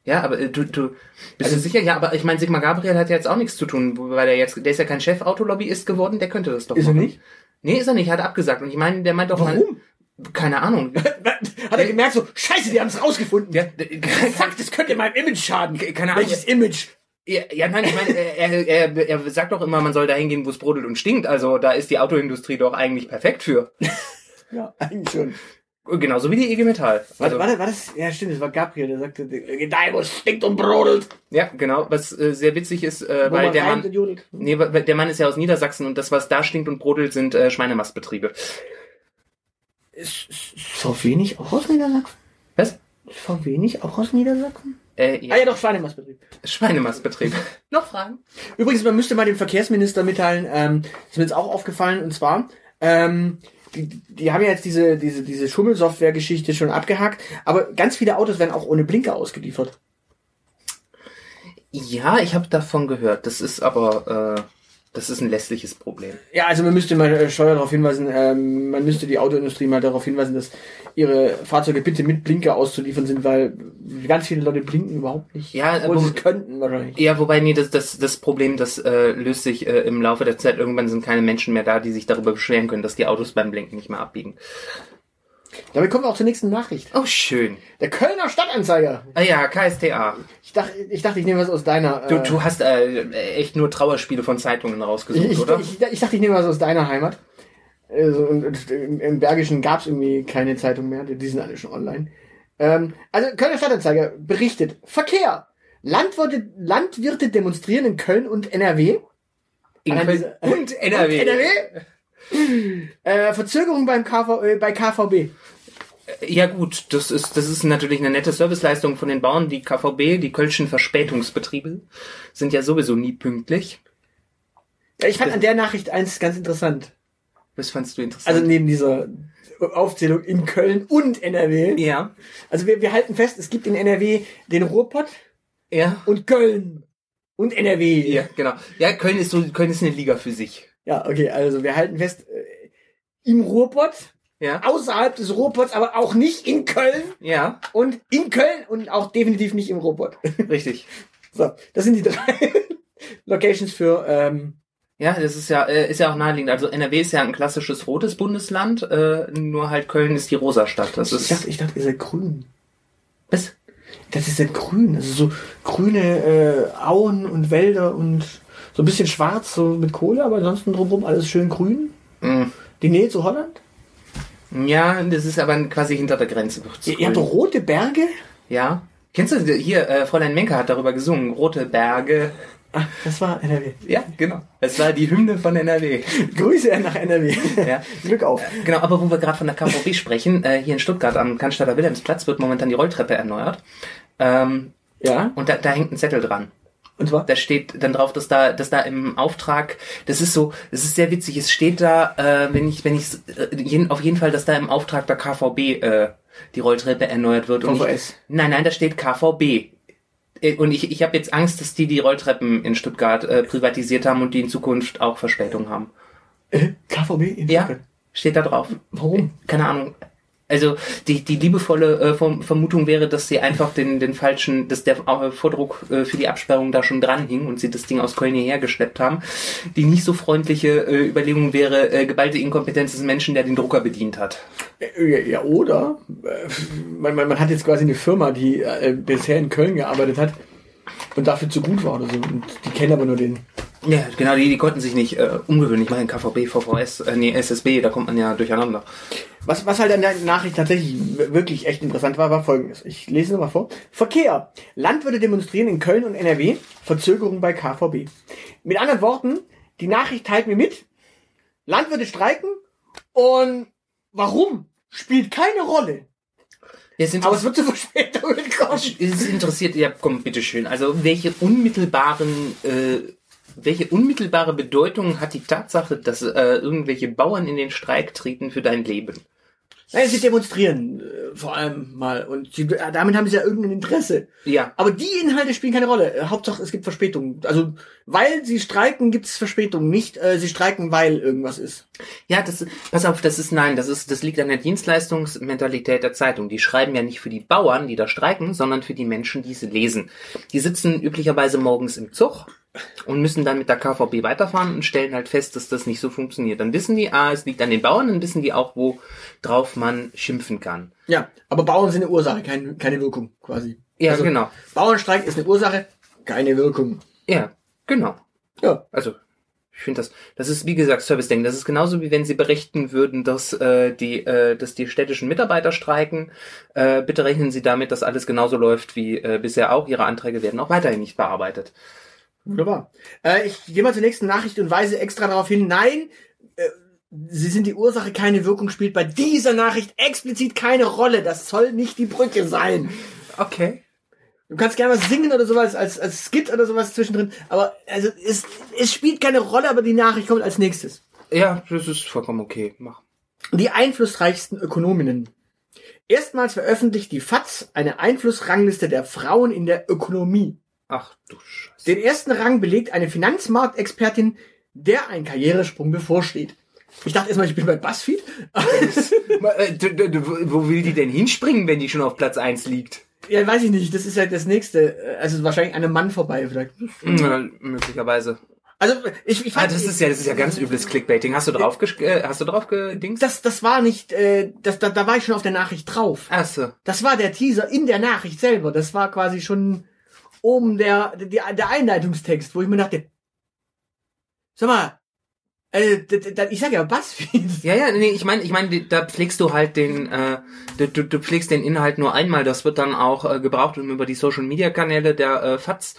[SPEAKER 3] ja, aber äh, du, du bist du sicher? Ja, aber ich meine, Sigmar Gabriel hat ja jetzt auch nichts zu tun, weil er jetzt, der ist ja kein Chef-Autolobbyist geworden, der könnte das doch
[SPEAKER 2] Ist er
[SPEAKER 3] machen.
[SPEAKER 2] nicht?
[SPEAKER 3] Nee, ist er nicht, hat abgesagt. Und ich meine, der meint doch mal.
[SPEAKER 2] Warum?
[SPEAKER 3] Keine Ahnung.
[SPEAKER 2] Hat er gemerkt so, scheiße, die haben es rausgefunden.
[SPEAKER 3] Ja,
[SPEAKER 2] Fuck, das könnte meinem Image schaden.
[SPEAKER 3] Keine Ahnung.
[SPEAKER 2] Welches Image?
[SPEAKER 3] Ja, ja, nein, ich meine, er, er, er, er sagt doch immer, man soll dahin gehen, wo es brodelt und stinkt. Also da ist die Autoindustrie doch eigentlich perfekt für.
[SPEAKER 2] Ja, eigentlich schon.
[SPEAKER 3] Genauso wie die IG Metall.
[SPEAKER 2] Warte,
[SPEAKER 3] Also,
[SPEAKER 2] warte, war das? Ja, stimmt, das war Gabriel, der sagte, da wo es stinkt und brodelt.
[SPEAKER 3] ja, genau. Was äh, sehr witzig ist, äh,
[SPEAKER 2] Wo
[SPEAKER 3] weil
[SPEAKER 2] man
[SPEAKER 3] der
[SPEAKER 2] rein-
[SPEAKER 3] Mann, nee, weil- weil der Mann ist ja aus Niedersachsen und das, was da stinkt und brodelt, sind äh, Schweinemastbetriebe.
[SPEAKER 2] So wenig auch aus Niedersachsen?
[SPEAKER 3] Was?
[SPEAKER 2] So wenig auch aus Niedersachsen?
[SPEAKER 3] Äh, ja,
[SPEAKER 2] Ah ja, doch, Schweinemastbetrieb.
[SPEAKER 3] Schweinemastbetrieb. Noch Fragen?
[SPEAKER 2] Übrigens, man müsste mal dem Verkehrsminister mitteilen, ähm, ist mir jetzt auch aufgefallen, und zwar, ähm, die, die haben ja jetzt diese, diese, diese Schummelsoftware-Geschichte schon abgehakt, aber ganz viele Autos werden auch ohne Blinker ausgeliefert.
[SPEAKER 3] Ja, ich habe davon gehört. Das ist aber, äh, das ist ein lästiges Problem.
[SPEAKER 2] Ja, also man müsste mal äh, Steuer darauf hinweisen, ähm, man müsste die Autoindustrie mal darauf hinweisen, dass ihre Fahrzeuge bitte mit Blinker auszuliefern sind, weil ganz viele Leute blinken überhaupt nicht.
[SPEAKER 3] Ja,
[SPEAKER 2] obwohl
[SPEAKER 3] aber-
[SPEAKER 2] sie es könnten wahrscheinlich.
[SPEAKER 3] Ja, wobei, nee, das, das, das Problem, das äh, löst sich äh, im Laufe der Zeit. Irgendwann sind keine Menschen mehr da, die sich darüber beschweren können, dass die Autos beim Blinken nicht mehr abbiegen.
[SPEAKER 2] Damit kommen wir auch zur nächsten Nachricht.
[SPEAKER 3] Oh, schön.
[SPEAKER 2] Der Kölner Stadtanzeiger.
[SPEAKER 3] Ah ja, KSTA.
[SPEAKER 2] Ich dachte, ich, dachte, ich nehme was aus deiner.
[SPEAKER 3] Du,
[SPEAKER 2] äh,
[SPEAKER 3] du hast äh, echt nur Trauerspiele von Zeitungen rausgesucht,
[SPEAKER 2] Ich,
[SPEAKER 3] oder?
[SPEAKER 2] ich, ich dachte, ich nehme was aus deiner Heimat. Also, und, und im, Im Bergischen gab es irgendwie keine Zeitung mehr, die sind alle schon online. Ähm, also Kölner Stadtanzeiger berichtet, Verkehr. Landwirte, Landwirte demonstrieren in Köln und NRW.
[SPEAKER 3] In
[SPEAKER 2] An
[SPEAKER 3] Köln
[SPEAKER 2] dieser-
[SPEAKER 3] und NRW.
[SPEAKER 2] Und NRW? äh, Verzögerung beim KV, äh, bei KVB.
[SPEAKER 3] Ja gut, das ist, das ist natürlich eine nette Serviceleistung von den Bauern. Die KVB, die kölschen Verspätungsbetriebe, sind ja sowieso nie pünktlich.
[SPEAKER 2] Ja, ich fand an der Nachricht eins ganz interessant.
[SPEAKER 3] Was fandst du interessant?
[SPEAKER 2] Also neben dieser Aufzählung in Köln und NRW.
[SPEAKER 3] ja,
[SPEAKER 2] Also wir, wir halten fest, es gibt in NRW den Ruhrpott
[SPEAKER 3] ja,
[SPEAKER 2] und Köln und NRW.
[SPEAKER 3] ja, genau. Ja, Köln ist so, Köln ist eine Liga für sich.
[SPEAKER 2] Ja, okay, also wir halten fest, äh, im Ruhrpott,
[SPEAKER 3] Ja,
[SPEAKER 2] außerhalb des Ruhrpotts, aber auch nicht in Köln
[SPEAKER 3] ja,
[SPEAKER 2] und in Köln und auch definitiv nicht im Ruhrpott.
[SPEAKER 3] richtig.
[SPEAKER 2] So, das sind die drei Locations für, ähm,
[SPEAKER 3] Ja, das ist ja, äh, ist ja auch naheliegend. Also NRW ist ja ein klassisches rotes Bundesland, äh, nur halt Köln ist die rosa Stadt. Das
[SPEAKER 2] ich
[SPEAKER 3] ist.
[SPEAKER 2] dachte, ich dachte, ihr seid grün.
[SPEAKER 3] was?
[SPEAKER 2] Das ist ja grün, also so grüne äh, Auen und Wälder und so ein bisschen schwarz, so mit Kohle, aber ansonsten drumherum alles schön grün.
[SPEAKER 3] Mm.
[SPEAKER 2] Die Nähe zu Holland.
[SPEAKER 3] Ja, das ist aber quasi hinter der Grenze. wird's
[SPEAKER 2] Ihr, ihr habt
[SPEAKER 3] grün.
[SPEAKER 2] doch rote Berge.
[SPEAKER 3] Ja. Kennst du hier, äh, Fräulein Menke hat darüber gesungen, Rote Berge.
[SPEAKER 2] Ah, das war NRW.
[SPEAKER 3] Ja, genau. Das war die Hymne von NRW.
[SPEAKER 2] Grüße nach NRW.
[SPEAKER 3] Ja.
[SPEAKER 2] Glück auf.
[SPEAKER 3] Genau, aber wo wir gerade von der KVB sprechen, äh, hier in Stuttgart am Cannstatter Wilhelmsplatz wird momentan die Rolltreppe erneuert. Ähm,
[SPEAKER 2] Ja.
[SPEAKER 3] und da, da hängt ein Zettel dran.
[SPEAKER 2] Und zwar?
[SPEAKER 3] Da steht dann drauf, dass da, dass da im Auftrag, das ist so, das ist sehr witzig, es steht da, äh, wenn ich, wenn ich, äh, jeden, auf jeden Fall, dass da im Auftrag der KVB äh, die Rolltreppe erneuert wird. Und
[SPEAKER 2] VVS.
[SPEAKER 3] Ich, nein, nein, da steht KVB. Äh, Und ich, ich habe jetzt Angst, dass die die Rolltreppen in Stuttgart äh, privatisiert haben und die in Zukunft auch Verspätung haben.
[SPEAKER 2] Äh, KVB in
[SPEAKER 3] Ja,
[SPEAKER 2] Stuttgart.
[SPEAKER 3] steht da drauf.
[SPEAKER 2] Warum?
[SPEAKER 3] Keine Ahnung. Also die, die liebevolle äh, Verm- Vermutung wäre, dass sie einfach den, den falschen, dass der äh, Vordruck äh, für die Absperrung da schon dran hing und sie das Ding aus Köln hierher geschleppt haben. Die nicht so freundliche äh, Überlegung wäre, äh, geballte Inkompetenz des Menschen, der den Drucker bedient hat.
[SPEAKER 2] Äh, Ja, ja, oder äh, man, man, man hat jetzt quasi eine Firma, die äh, bisher in Köln gearbeitet hat und dafür zu gut war oder so. Und die kennen aber nur den.
[SPEAKER 3] Ja, genau, die, die konnten sich nicht äh, umgewöhnen. Ich meine, KVB, VVS, äh, nee, SSB, da kommt man ja durcheinander.
[SPEAKER 2] Was, was halt an der Nachricht tatsächlich w- wirklich echt interessant war, war folgendes. Ich lese nochmal vor. Verkehr. Landwirte demonstrieren in Köln und NRW. Verzögerung bei KVB. Mit anderen Worten, die Nachricht teilt mir mit. Landwirte streiken und warum spielt keine Rolle.
[SPEAKER 3] Ja, sind
[SPEAKER 2] Aber es wird zu Verspätung gekommen.
[SPEAKER 3] es interessiert, ja, komm, bitteschön. Also, welche unmittelbaren, äh, welche unmittelbare Bedeutung hat die Tatsache, dass äh, irgendwelche Bauern in den Streik treten für dein Leben?
[SPEAKER 2] Nein, sie demonstrieren äh, vor allem mal und sie, äh, damit haben sie ja irgendein Interesse.
[SPEAKER 3] Ja.
[SPEAKER 2] Aber die Inhalte spielen keine Rolle. Äh, Hauptsache es gibt Verspätungen. Also weil sie streiken, gibt es Verspätungen. Nicht äh, sie streiken, weil irgendwas ist.
[SPEAKER 3] Ja, das, pass auf, das ist, nein, das ist, das liegt an der Dienstleistungsmentalität der Zeitung. Die schreiben ja nicht für die Bauern, die da streiken, sondern für die Menschen, die es lesen. Die sitzen üblicherweise morgens im Zug und müssen dann mit der KVB weiterfahren und stellen halt fest, dass das nicht so funktioniert. Dann wissen die, ah, es liegt an den Bauern, dann wissen die auch, wo drauf man schimpfen kann.
[SPEAKER 2] Ja, aber Bauern sind eine Ursache, kein, keine Wirkung quasi.
[SPEAKER 3] Ja, genau.
[SPEAKER 2] Bauernstreik ist eine Ursache, keine Wirkung.
[SPEAKER 3] Ja, genau.
[SPEAKER 2] Ja,
[SPEAKER 3] Also, ich finde das, das ist wie gesagt Service-Denken. Das ist genauso wie wenn sie berichten würden, dass, äh, die, äh, dass die städtischen Mitarbeiter streiken. Äh, bitte rechnen Sie damit, dass alles genauso läuft wie äh, bisher auch. Ihre Anträge werden auch weiterhin nicht bearbeitet.
[SPEAKER 2] wunderbar. Äh, ich gehe mal zur nächsten Nachricht und weise extra darauf hin, nein, äh, Sie sind die Ursache, keine Wirkung spielt bei dieser Nachricht explizit keine Rolle. Das soll nicht die Brücke sein.
[SPEAKER 3] Okay.
[SPEAKER 2] Du kannst gerne was singen oder sowas, als, als Skit oder sowas zwischendrin. Aber also es, es spielt keine Rolle, aber die Nachricht kommt als nächstes.
[SPEAKER 3] Ja, das ist vollkommen okay. Mach.
[SPEAKER 2] Die einflussreichsten Ökonominnen. Erstmals veröffentlicht die FAZ eine Einflussrangliste der Frauen in der Ökonomie.
[SPEAKER 3] Ach du Scheiße.
[SPEAKER 2] Den ersten Rang belegt eine Finanzmarktexpertin, der ein Karrieresprung bevorsteht. Ich dachte erstmal, ich bin bei BuzzFeed.
[SPEAKER 3] Ma- äh, d- d- d- Wo will die denn hinspringen, wenn die schon auf Platz 1 liegt?
[SPEAKER 2] ja, weiß ich nicht. Das ist halt das nächste. Also wahrscheinlich an einem Mann vorbei vielleicht.
[SPEAKER 3] Ja, möglicherweise.
[SPEAKER 2] Also ich, ich
[SPEAKER 3] Ah,
[SPEAKER 2] fand-
[SPEAKER 3] das ist ja, das ist ja ganz übles Clickbaiting. Hast du drauf, gesch- äh, hast du drauf gedingst?
[SPEAKER 2] das, das war nicht, äh, das, da, da war ich schon auf der Nachricht drauf.
[SPEAKER 3] Ach so.
[SPEAKER 2] Das war der Teaser in der Nachricht selber. Das war quasi schon oben der, der, der Einleitungstext, wo ich mir dachte, sag mal, äh, d- d- d- ich sag ja BuzzFeed.
[SPEAKER 3] Ja, ja, nee, ich meine, ich meine, da pflegst du halt den, äh, du, du, du pflegst den Inhalt nur einmal. Das wird dann auch äh, gebraucht, um über die Social Media Kanäle der äh, FATS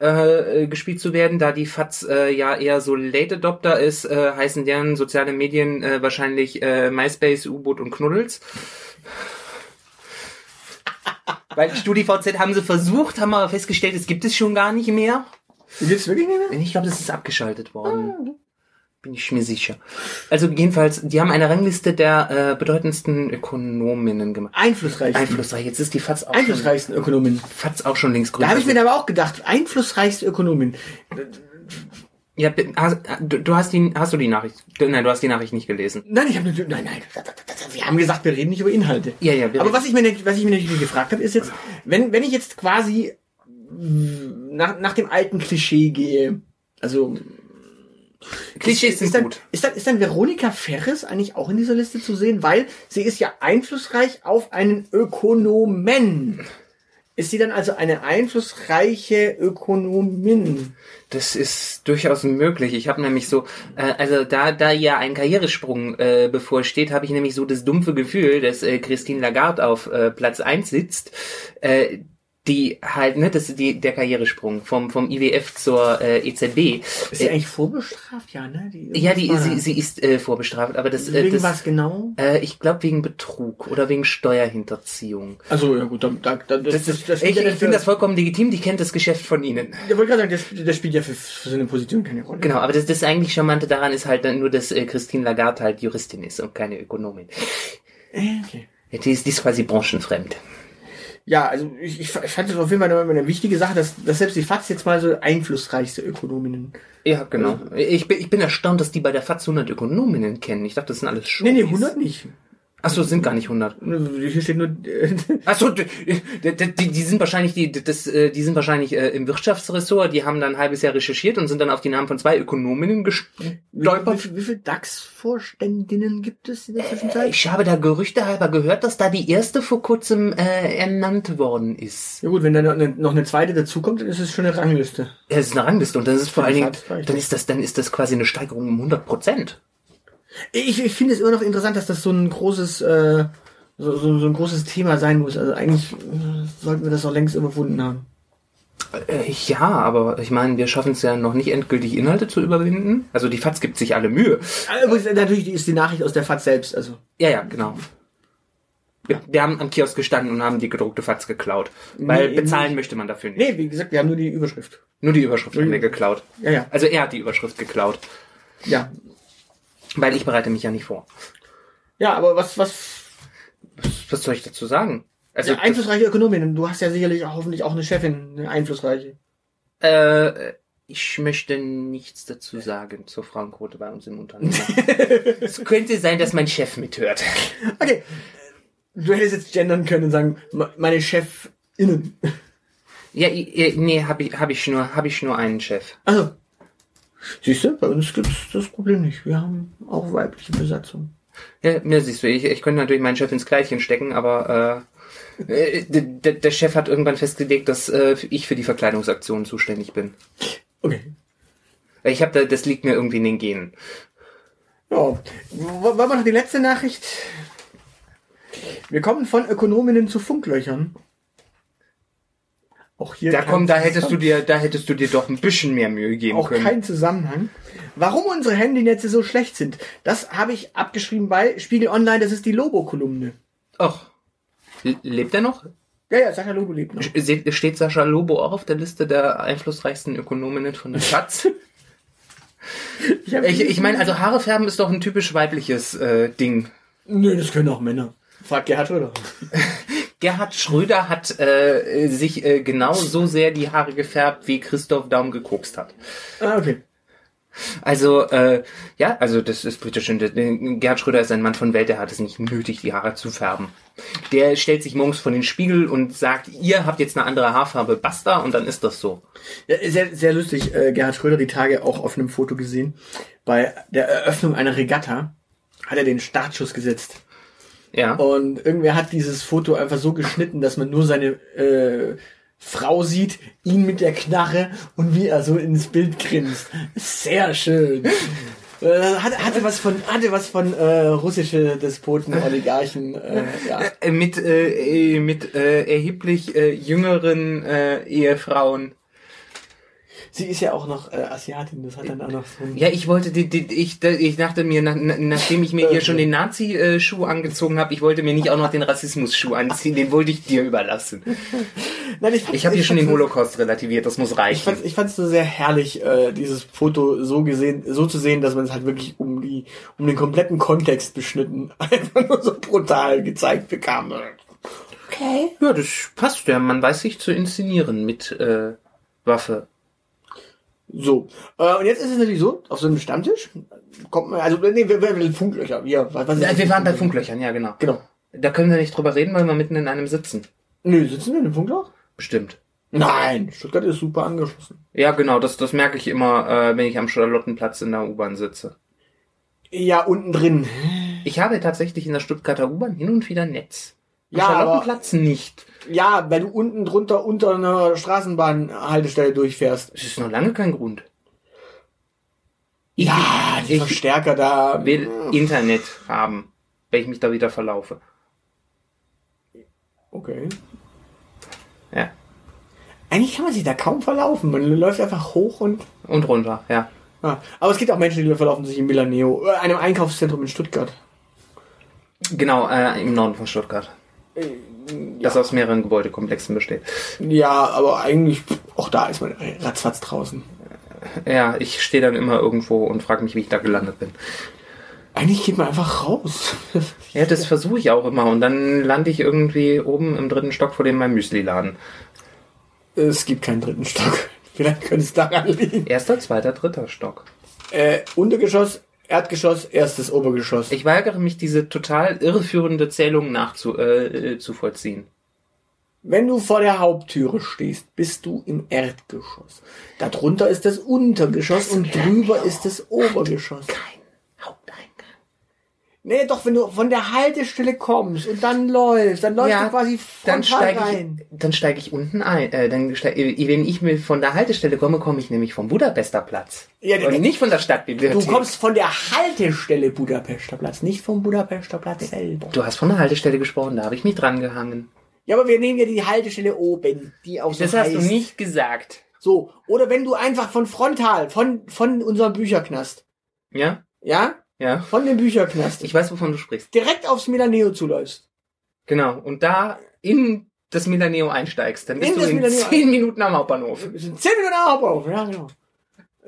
[SPEAKER 3] äh, äh, gespielt zu werden. Da die FATS äh, ja eher so Late Adopter ist, äh, heißen deren soziale Medien äh, wahrscheinlich äh, MySpace, U-Boot und Knuddels. Weil StudiVZ haben sie versucht, haben aber festgestellt, es gibt es schon gar nicht mehr.
[SPEAKER 2] Gibt's wirklich nicht mehr?
[SPEAKER 3] Ich glaube, das ist abgeschaltet worden.
[SPEAKER 2] Ah,
[SPEAKER 3] Bin ich mir sicher. Also jedenfalls, die haben eine Rangliste der äh, bedeutendsten Ökonominnen gemacht.
[SPEAKER 2] Einflussreich.
[SPEAKER 3] Einflussreich. Jetzt ist die Fatz auch schon,
[SPEAKER 2] einflussreichsten Ökonomin.
[SPEAKER 3] Fatz auch schon linksgrün.
[SPEAKER 2] Da habe ich mir aber auch gedacht, einflussreichste Ökonomin.
[SPEAKER 3] ja, bi- hast, du, du hast die, hast du die Nachricht? Du- Nein, du hast die Nachricht nicht gelesen.
[SPEAKER 2] Nein, ich habe natürlich, nein, nein, wir haben gesagt, wir reden nicht über Inhalte.
[SPEAKER 3] Ja, ja. wir-
[SPEAKER 2] Aber was ich mir, nicht- was ich mir natürlich gefragt habe, ist jetzt, wenn, wenn ich jetzt quasi mh, nach, nach dem alten Klischee gehe, also
[SPEAKER 3] Klischees
[SPEAKER 2] ist,
[SPEAKER 3] sind
[SPEAKER 2] ist dann,
[SPEAKER 3] gut.
[SPEAKER 2] Ist dann, ist dann Veronika Ferres eigentlich auch in dieser Liste zu sehen? Weil sie ist ja einflussreich auf einen Ökonomen. Ist sie dann also eine einflussreiche Ökonomin?
[SPEAKER 3] Das ist durchaus möglich. Ich habe nämlich so, äh, also da da ja ein Karrieresprung äh, bevorsteht, habe ich nämlich so das dumpfe Gefühl, dass äh, Christine Lagarde auf äh, Platz 1 sitzt, äh, die halt, ne, das ist die, der Karrieresprung vom vom IWF zur äh, EZB.
[SPEAKER 2] Ist sie
[SPEAKER 3] Äh,
[SPEAKER 2] eigentlich vorbestraft? Ja, ne? Die,
[SPEAKER 3] ja, die,
[SPEAKER 2] Ah.
[SPEAKER 3] sie, sie ist äh, vorbestraft, aber das, äh,
[SPEAKER 2] Wegen
[SPEAKER 3] das
[SPEAKER 2] was genau?
[SPEAKER 3] äh, ich glaube wegen Betrug oder wegen Steuerhinterziehung.
[SPEAKER 2] Also, ja gut, dann, dann, dann
[SPEAKER 3] Das ist, ich ich finde das vollkommen legitim, die kennt das Geschäft von Ihnen.
[SPEAKER 2] Ich wollte gerade sagen, das, das spielt ja für, für so eine Position keine Rolle.
[SPEAKER 3] Genau, aber das, das eigentlich Charmante daran ist halt dann nur, dass äh, Christine Lagarde halt Juristin ist und keine Ökonomin.
[SPEAKER 2] Äh, Okay.
[SPEAKER 3] Ja, Die ist, die ist quasi branchenfremd.
[SPEAKER 2] Ja, also ich, ich fand das auf jeden Fall eine, eine wichtige Sache, dass, dass selbst die FAZ jetzt mal so einflussreichste Ökonominnen.
[SPEAKER 3] Ja, genau. Ich bin, ich bin erstaunt, dass die bei der FAZ 100 Ökonominnen kennen. Ich dachte, das sind alles
[SPEAKER 2] Nee,
[SPEAKER 3] Schulden.
[SPEAKER 2] nee, 100 nicht.
[SPEAKER 3] Achso, sind gar nicht 100.
[SPEAKER 2] Hier steht nur äh,
[SPEAKER 3] Achso, die, die, die sind wahrscheinlich, die, das, äh, die sind wahrscheinlich äh, im Wirtschaftsressort. Die haben dann ein halbes Jahr recherchiert und sind dann auf die Namen von zwei Ökonominnen
[SPEAKER 2] wie,
[SPEAKER 3] gestolpert.
[SPEAKER 2] viel- wie viele DAX-Vorständinnen gibt es in der Zwischenzeit?
[SPEAKER 3] Ich habe da Gerüchte halber gehört, dass da die erste vor kurzem äh, ernannt worden ist.
[SPEAKER 2] ja gut, wenn da noch eine, noch eine zweite dazukommt, dann ist es schon eine Rangliste.
[SPEAKER 3] Ja, es ist eine Rangliste und dann ist vor allen Dingen,
[SPEAKER 2] Vertragsrechte.
[SPEAKER 3] dann ist das, dann ist das quasi eine Steigerung um 100 Prozent.
[SPEAKER 2] Ich, ich finde es immer noch interessant, dass das so ein großes, äh, so, so, so ein großes Thema sein muss. Also eigentlich äh, sollten wir das auch längst überwunden haben.
[SPEAKER 3] Äh, ja, aber ich meine, wir schaffen es ja noch nicht endgültig Inhalte zu überwinden. Also die FAZ gibt sich alle Mühe.
[SPEAKER 2] Ah, Übrigens, äh, natürlich ist die Nachricht aus der FAZ selbst, also.
[SPEAKER 3] Ja, ja, genau. Ja, wir haben am Kiosk gestanden und haben die gedruckte FAZ geklaut. Weil
[SPEAKER 2] Nee,
[SPEAKER 3] bezahlen möchte man dafür nicht.
[SPEAKER 2] Nee, wie gesagt, wir haben nur die Überschrift.
[SPEAKER 3] Nur die Überschrift haben wir geklaut.
[SPEAKER 2] Ja, ja,
[SPEAKER 3] Also er hat die Überschrift geklaut.
[SPEAKER 2] ja.
[SPEAKER 3] Weil ich bereite mich ja nicht vor.
[SPEAKER 2] Ja, aber was, was,
[SPEAKER 3] Was soll ich dazu sagen? Also
[SPEAKER 2] eine einflussreiche Ökonomin, du hast ja sicherlich auch, hoffentlich auch eine Chefin, eine einflussreiche.
[SPEAKER 3] das, äh, ich möchte nichts dazu sagen zur Frauenquote bei uns im Unternehmen. es könnte sein, dass mein Chef mithört.
[SPEAKER 2] Okay, du hättest jetzt gendern können und sagen, me- meine Chefinnen.
[SPEAKER 3] Ja, i- i- nee, habe ich, hab ich, nur- hab ich nur einen Chef.
[SPEAKER 2] Also, siehst du, bei uns gibt's das Problem nicht. Wir haben auch weibliche Besatzung.
[SPEAKER 3] Ja, mir siehst du, ich, ich könnte natürlich meinen Chef ins Gleichchen stecken, aber äh, äh, d- d- der Chef hat irgendwann festgelegt, dass äh, ich für die Verkleidungsaktion zuständig bin.
[SPEAKER 2] Okay.
[SPEAKER 3] Ich habe da, das liegt mir irgendwie in den Genen.
[SPEAKER 2] Ja, w- wollen wir noch die letzte Nachricht? Wir kommen von Ökonominnen zu Funklöchern. Auch hier
[SPEAKER 3] Da
[SPEAKER 2] kein
[SPEAKER 3] komm, da hättest
[SPEAKER 2] Zusammenhang.
[SPEAKER 3] du dir, da hättest du dir doch ein bisschen mehr Mühe geben
[SPEAKER 2] auch
[SPEAKER 3] können.
[SPEAKER 2] kein Zusammenhang. Warum unsere Handynetze so schlecht sind, das habe ich abgeschrieben bei Spiegel Online, das ist die Lobo-Kolumne.
[SPEAKER 3] Ach, le- lebt er noch?
[SPEAKER 2] Ja, ja, Sascha Lobo lebt noch.
[SPEAKER 3] Se- Steht Sascha Lobo auch auf der Liste der einflussreichsten Ökonominnen von der Schatz?
[SPEAKER 2] hab-
[SPEAKER 3] ich ich meine, also Haare färben ist doch ein typisch weibliches äh, Ding.
[SPEAKER 2] Nö, das können auch Männer. Fragt Gerhard Schröder.
[SPEAKER 3] Gerhard Schröder hat äh, äh, sich äh, genau so sehr die Haare gefärbt, wie Christoph Daum gekokst hat.
[SPEAKER 2] Ah, okay.
[SPEAKER 3] Also, äh, ja, also das ist britisch. Und, äh, Gerhard Schröder ist ein Mann von Welt, der hat es nicht nötig, die Haare zu färben. Der stellt sich morgens vor den Spiegel und sagt, ihr habt jetzt eine andere Haarfarbe, basta, und dann ist das so.
[SPEAKER 2] Ja, sehr, sehr lustig, äh, Gerhard Schröder die Tage auch auf einem Foto gesehen. Bei der Eröffnung einer Regatta hat er den Startschuss gesetzt.
[SPEAKER 3] Ja.
[SPEAKER 2] Und irgendwer hat dieses Foto einfach so geschnitten, dass man nur seine äh, Frau sieht, ihn mit der Knarre und wie er so ins Bild grinst. Sehr schön. Äh, Hatte, hatte was von, hatte was von äh, russische Despoten, Oligarchen. Äh, ja.
[SPEAKER 3] Äh, mit äh, äh, mit äh, erheblich äh, jüngeren äh, Ehefrauen.
[SPEAKER 2] Sie ist ja auch noch äh, Asiatin, das hat dann auch noch so ein
[SPEAKER 3] Ja, ich wollte, die, die, ich, da- ich dachte mir, nach, na- nachdem ich mir hier schon den Nazi-Schuh angezogen habe, ich wollte mir nicht auch noch den Rassismus-Schuh anziehen, den wollte ich dir überlassen.
[SPEAKER 2] Nein, ich, fand's-
[SPEAKER 3] Ich habe hier schon
[SPEAKER 2] fand's-
[SPEAKER 3] den Holocaust relativiert, das muss
[SPEAKER 2] Ich fand
[SPEAKER 3] reichen.
[SPEAKER 2] ich fand's nur sehr herrlich, äh, dieses Foto so gesehen, so zu sehen, dass man es halt wirklich um die, um den kompletten Kontext beschnitten, einfach nur so brutal gezeigt bekam. Okay.
[SPEAKER 3] Ja, das passt ja, man weiß sich zu inszenieren mit äh, Waffe.
[SPEAKER 2] So. Äh, und jetzt ist es natürlich so, auf so einem Stammtisch kommt man, also nee, wir, wir, wir Funklöcher, wir, was, was ist
[SPEAKER 3] Ja,
[SPEAKER 2] das?
[SPEAKER 3] wir waren bei Funklöchern, ja genau.
[SPEAKER 2] Genau.
[SPEAKER 3] Da können wir nicht drüber reden, weil wir mitten in einem sitzen.
[SPEAKER 2] Nö, sitzen wir in einem Funkloch?
[SPEAKER 3] Bestimmt.
[SPEAKER 2] Nein, Stuttgart ist super angeschlossen.
[SPEAKER 3] Ja, genau, das, das merke ich immer, äh, wenn ich am Charlottenplatz in der U-Bahn sitze.
[SPEAKER 2] Ja, unten drin.
[SPEAKER 3] Ich habe tatsächlich in der Stuttgarter U-Bahn hin und wieder Netz. Am
[SPEAKER 2] Ja, aber-
[SPEAKER 3] Charlottenplatz nicht.
[SPEAKER 2] Ja, wenn du unten drunter unter einer Straßenbahnhaltestelle durchfährst.
[SPEAKER 3] Es ist noch lange kein Grund.
[SPEAKER 2] Ja, die
[SPEAKER 3] ich-
[SPEAKER 2] Verstärker da.
[SPEAKER 3] Will Internet haben, wenn ich mich da wieder verlaufe.
[SPEAKER 2] Okay.
[SPEAKER 3] Ja.
[SPEAKER 2] Eigentlich kann man sich da kaum verlaufen. Man läuft einfach hoch und.
[SPEAKER 3] Und runter, ja.
[SPEAKER 2] Ja. Aber es gibt auch Menschen, die verlaufen sich in Milaneo, äh, einem Einkaufszentrum in Stuttgart.
[SPEAKER 3] Genau, äh, im Norden von Stuttgart.
[SPEAKER 2] Äh,
[SPEAKER 3] Das aus mehreren Gebäudekomplexen besteht.
[SPEAKER 2] Ja, aber eigentlich, pff, auch da ist man ratzfatz draußen.
[SPEAKER 3] Ja, ich stehe dann immer irgendwo und frage mich, wie ich da gelandet bin.
[SPEAKER 2] Eigentlich geht man einfach raus.
[SPEAKER 3] Ja, das versuche ich auch immer. Und dann lande ich irgendwie oben im dritten Stock vor dem mein Müsli-Laden.
[SPEAKER 2] es gibt keinen dritten Stock. Vielleicht könnte es daran liegen.
[SPEAKER 3] Erster, zweiter, dritter Stock.
[SPEAKER 2] Äh, Untergeschoss, Erdgeschoss, erstes Obergeschoss.
[SPEAKER 3] Ich weigere mich, diese total irreführende Zählung nachzuvollziehen. Äh, äh, zu vollziehen.
[SPEAKER 2] Wenn du vor der Haupttüre stehst, bist du im Erdgeschoss. Darunter ist das Untergeschoss und drüber ist das Obergeschoss.
[SPEAKER 3] Haupteingang.
[SPEAKER 2] Nee, doch, wenn du von der Haltestelle kommst und dann läufst, dann läufst du quasi
[SPEAKER 3] dann
[SPEAKER 2] frontal
[SPEAKER 3] steige
[SPEAKER 2] rein.
[SPEAKER 3] ich, dann steige ich unten ein. Äh, dann steig, wenn ich mir von der Haltestelle komme, komme ich nämlich vom Budapester Platz
[SPEAKER 2] Ja,
[SPEAKER 3] und
[SPEAKER 2] der-
[SPEAKER 3] nicht von der Stadtbibliothek.
[SPEAKER 2] Du kommst von der Haltestelle Budapester Platz, nicht vom Budapester Platz selber.
[SPEAKER 3] Du hast von der Haltestelle gesprochen, da habe ich mich dran gehangen.
[SPEAKER 2] Ja, aber wir nehmen ja die Haltestelle oben, die auch so
[SPEAKER 3] Das hast du
[SPEAKER 2] heißt.
[SPEAKER 3] nicht gesagt.
[SPEAKER 2] So, oder wenn du einfach von frontal, von, von unserem Bücherknast,
[SPEAKER 3] Ja,
[SPEAKER 2] ja,
[SPEAKER 3] ja.
[SPEAKER 2] von dem Bücherknast,
[SPEAKER 3] Ich weiß, wovon du sprichst.
[SPEAKER 2] direkt aufs Milaneo zuläufst.
[SPEAKER 3] Genau. Und da in das Milaneo einsteigst, dann bist
[SPEAKER 2] In
[SPEAKER 3] du
[SPEAKER 2] das
[SPEAKER 3] in
[SPEAKER 2] Milaneo
[SPEAKER 3] zehn Minuten am Hauptbahnhof.
[SPEAKER 2] Wir sind 10 Minuten am Hauptbahnhof, ja, genau.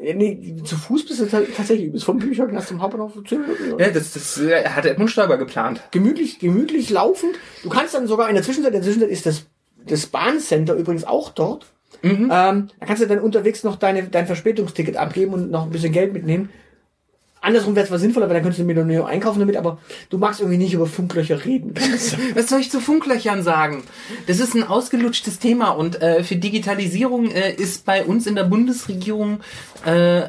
[SPEAKER 2] Ja, nee, zu Fuß bist du ta tatsächlich, bist vom Bücherknast zum Hauptbahnhof 10 Minuten.
[SPEAKER 3] Ja, das, das äh, hat Edmund Stoiber geplant.
[SPEAKER 2] gemütlich, gemütlich laufend. Du kannst dann sogar in der Zwischenzeit, in der Zwischenzeit ist das, das Bahncenter übrigens auch dort.
[SPEAKER 3] Mhm.
[SPEAKER 2] Ähm, da kannst du dann unterwegs noch deine, dein Verspätungsticket abgeben und noch ein bisschen Geld mitnehmen. Andersrum wäre es zwar sinnvoller, weil dann könntest du mir nur einkaufen damit, aber du magst irgendwie nicht über Funklöcher reden.
[SPEAKER 3] Was soll ich zu Funklöchern sagen? Das ist ein ausgelutschtes Thema und äh, für Digitalisierung äh, ist bei uns in der Bundesregierung äh, äh,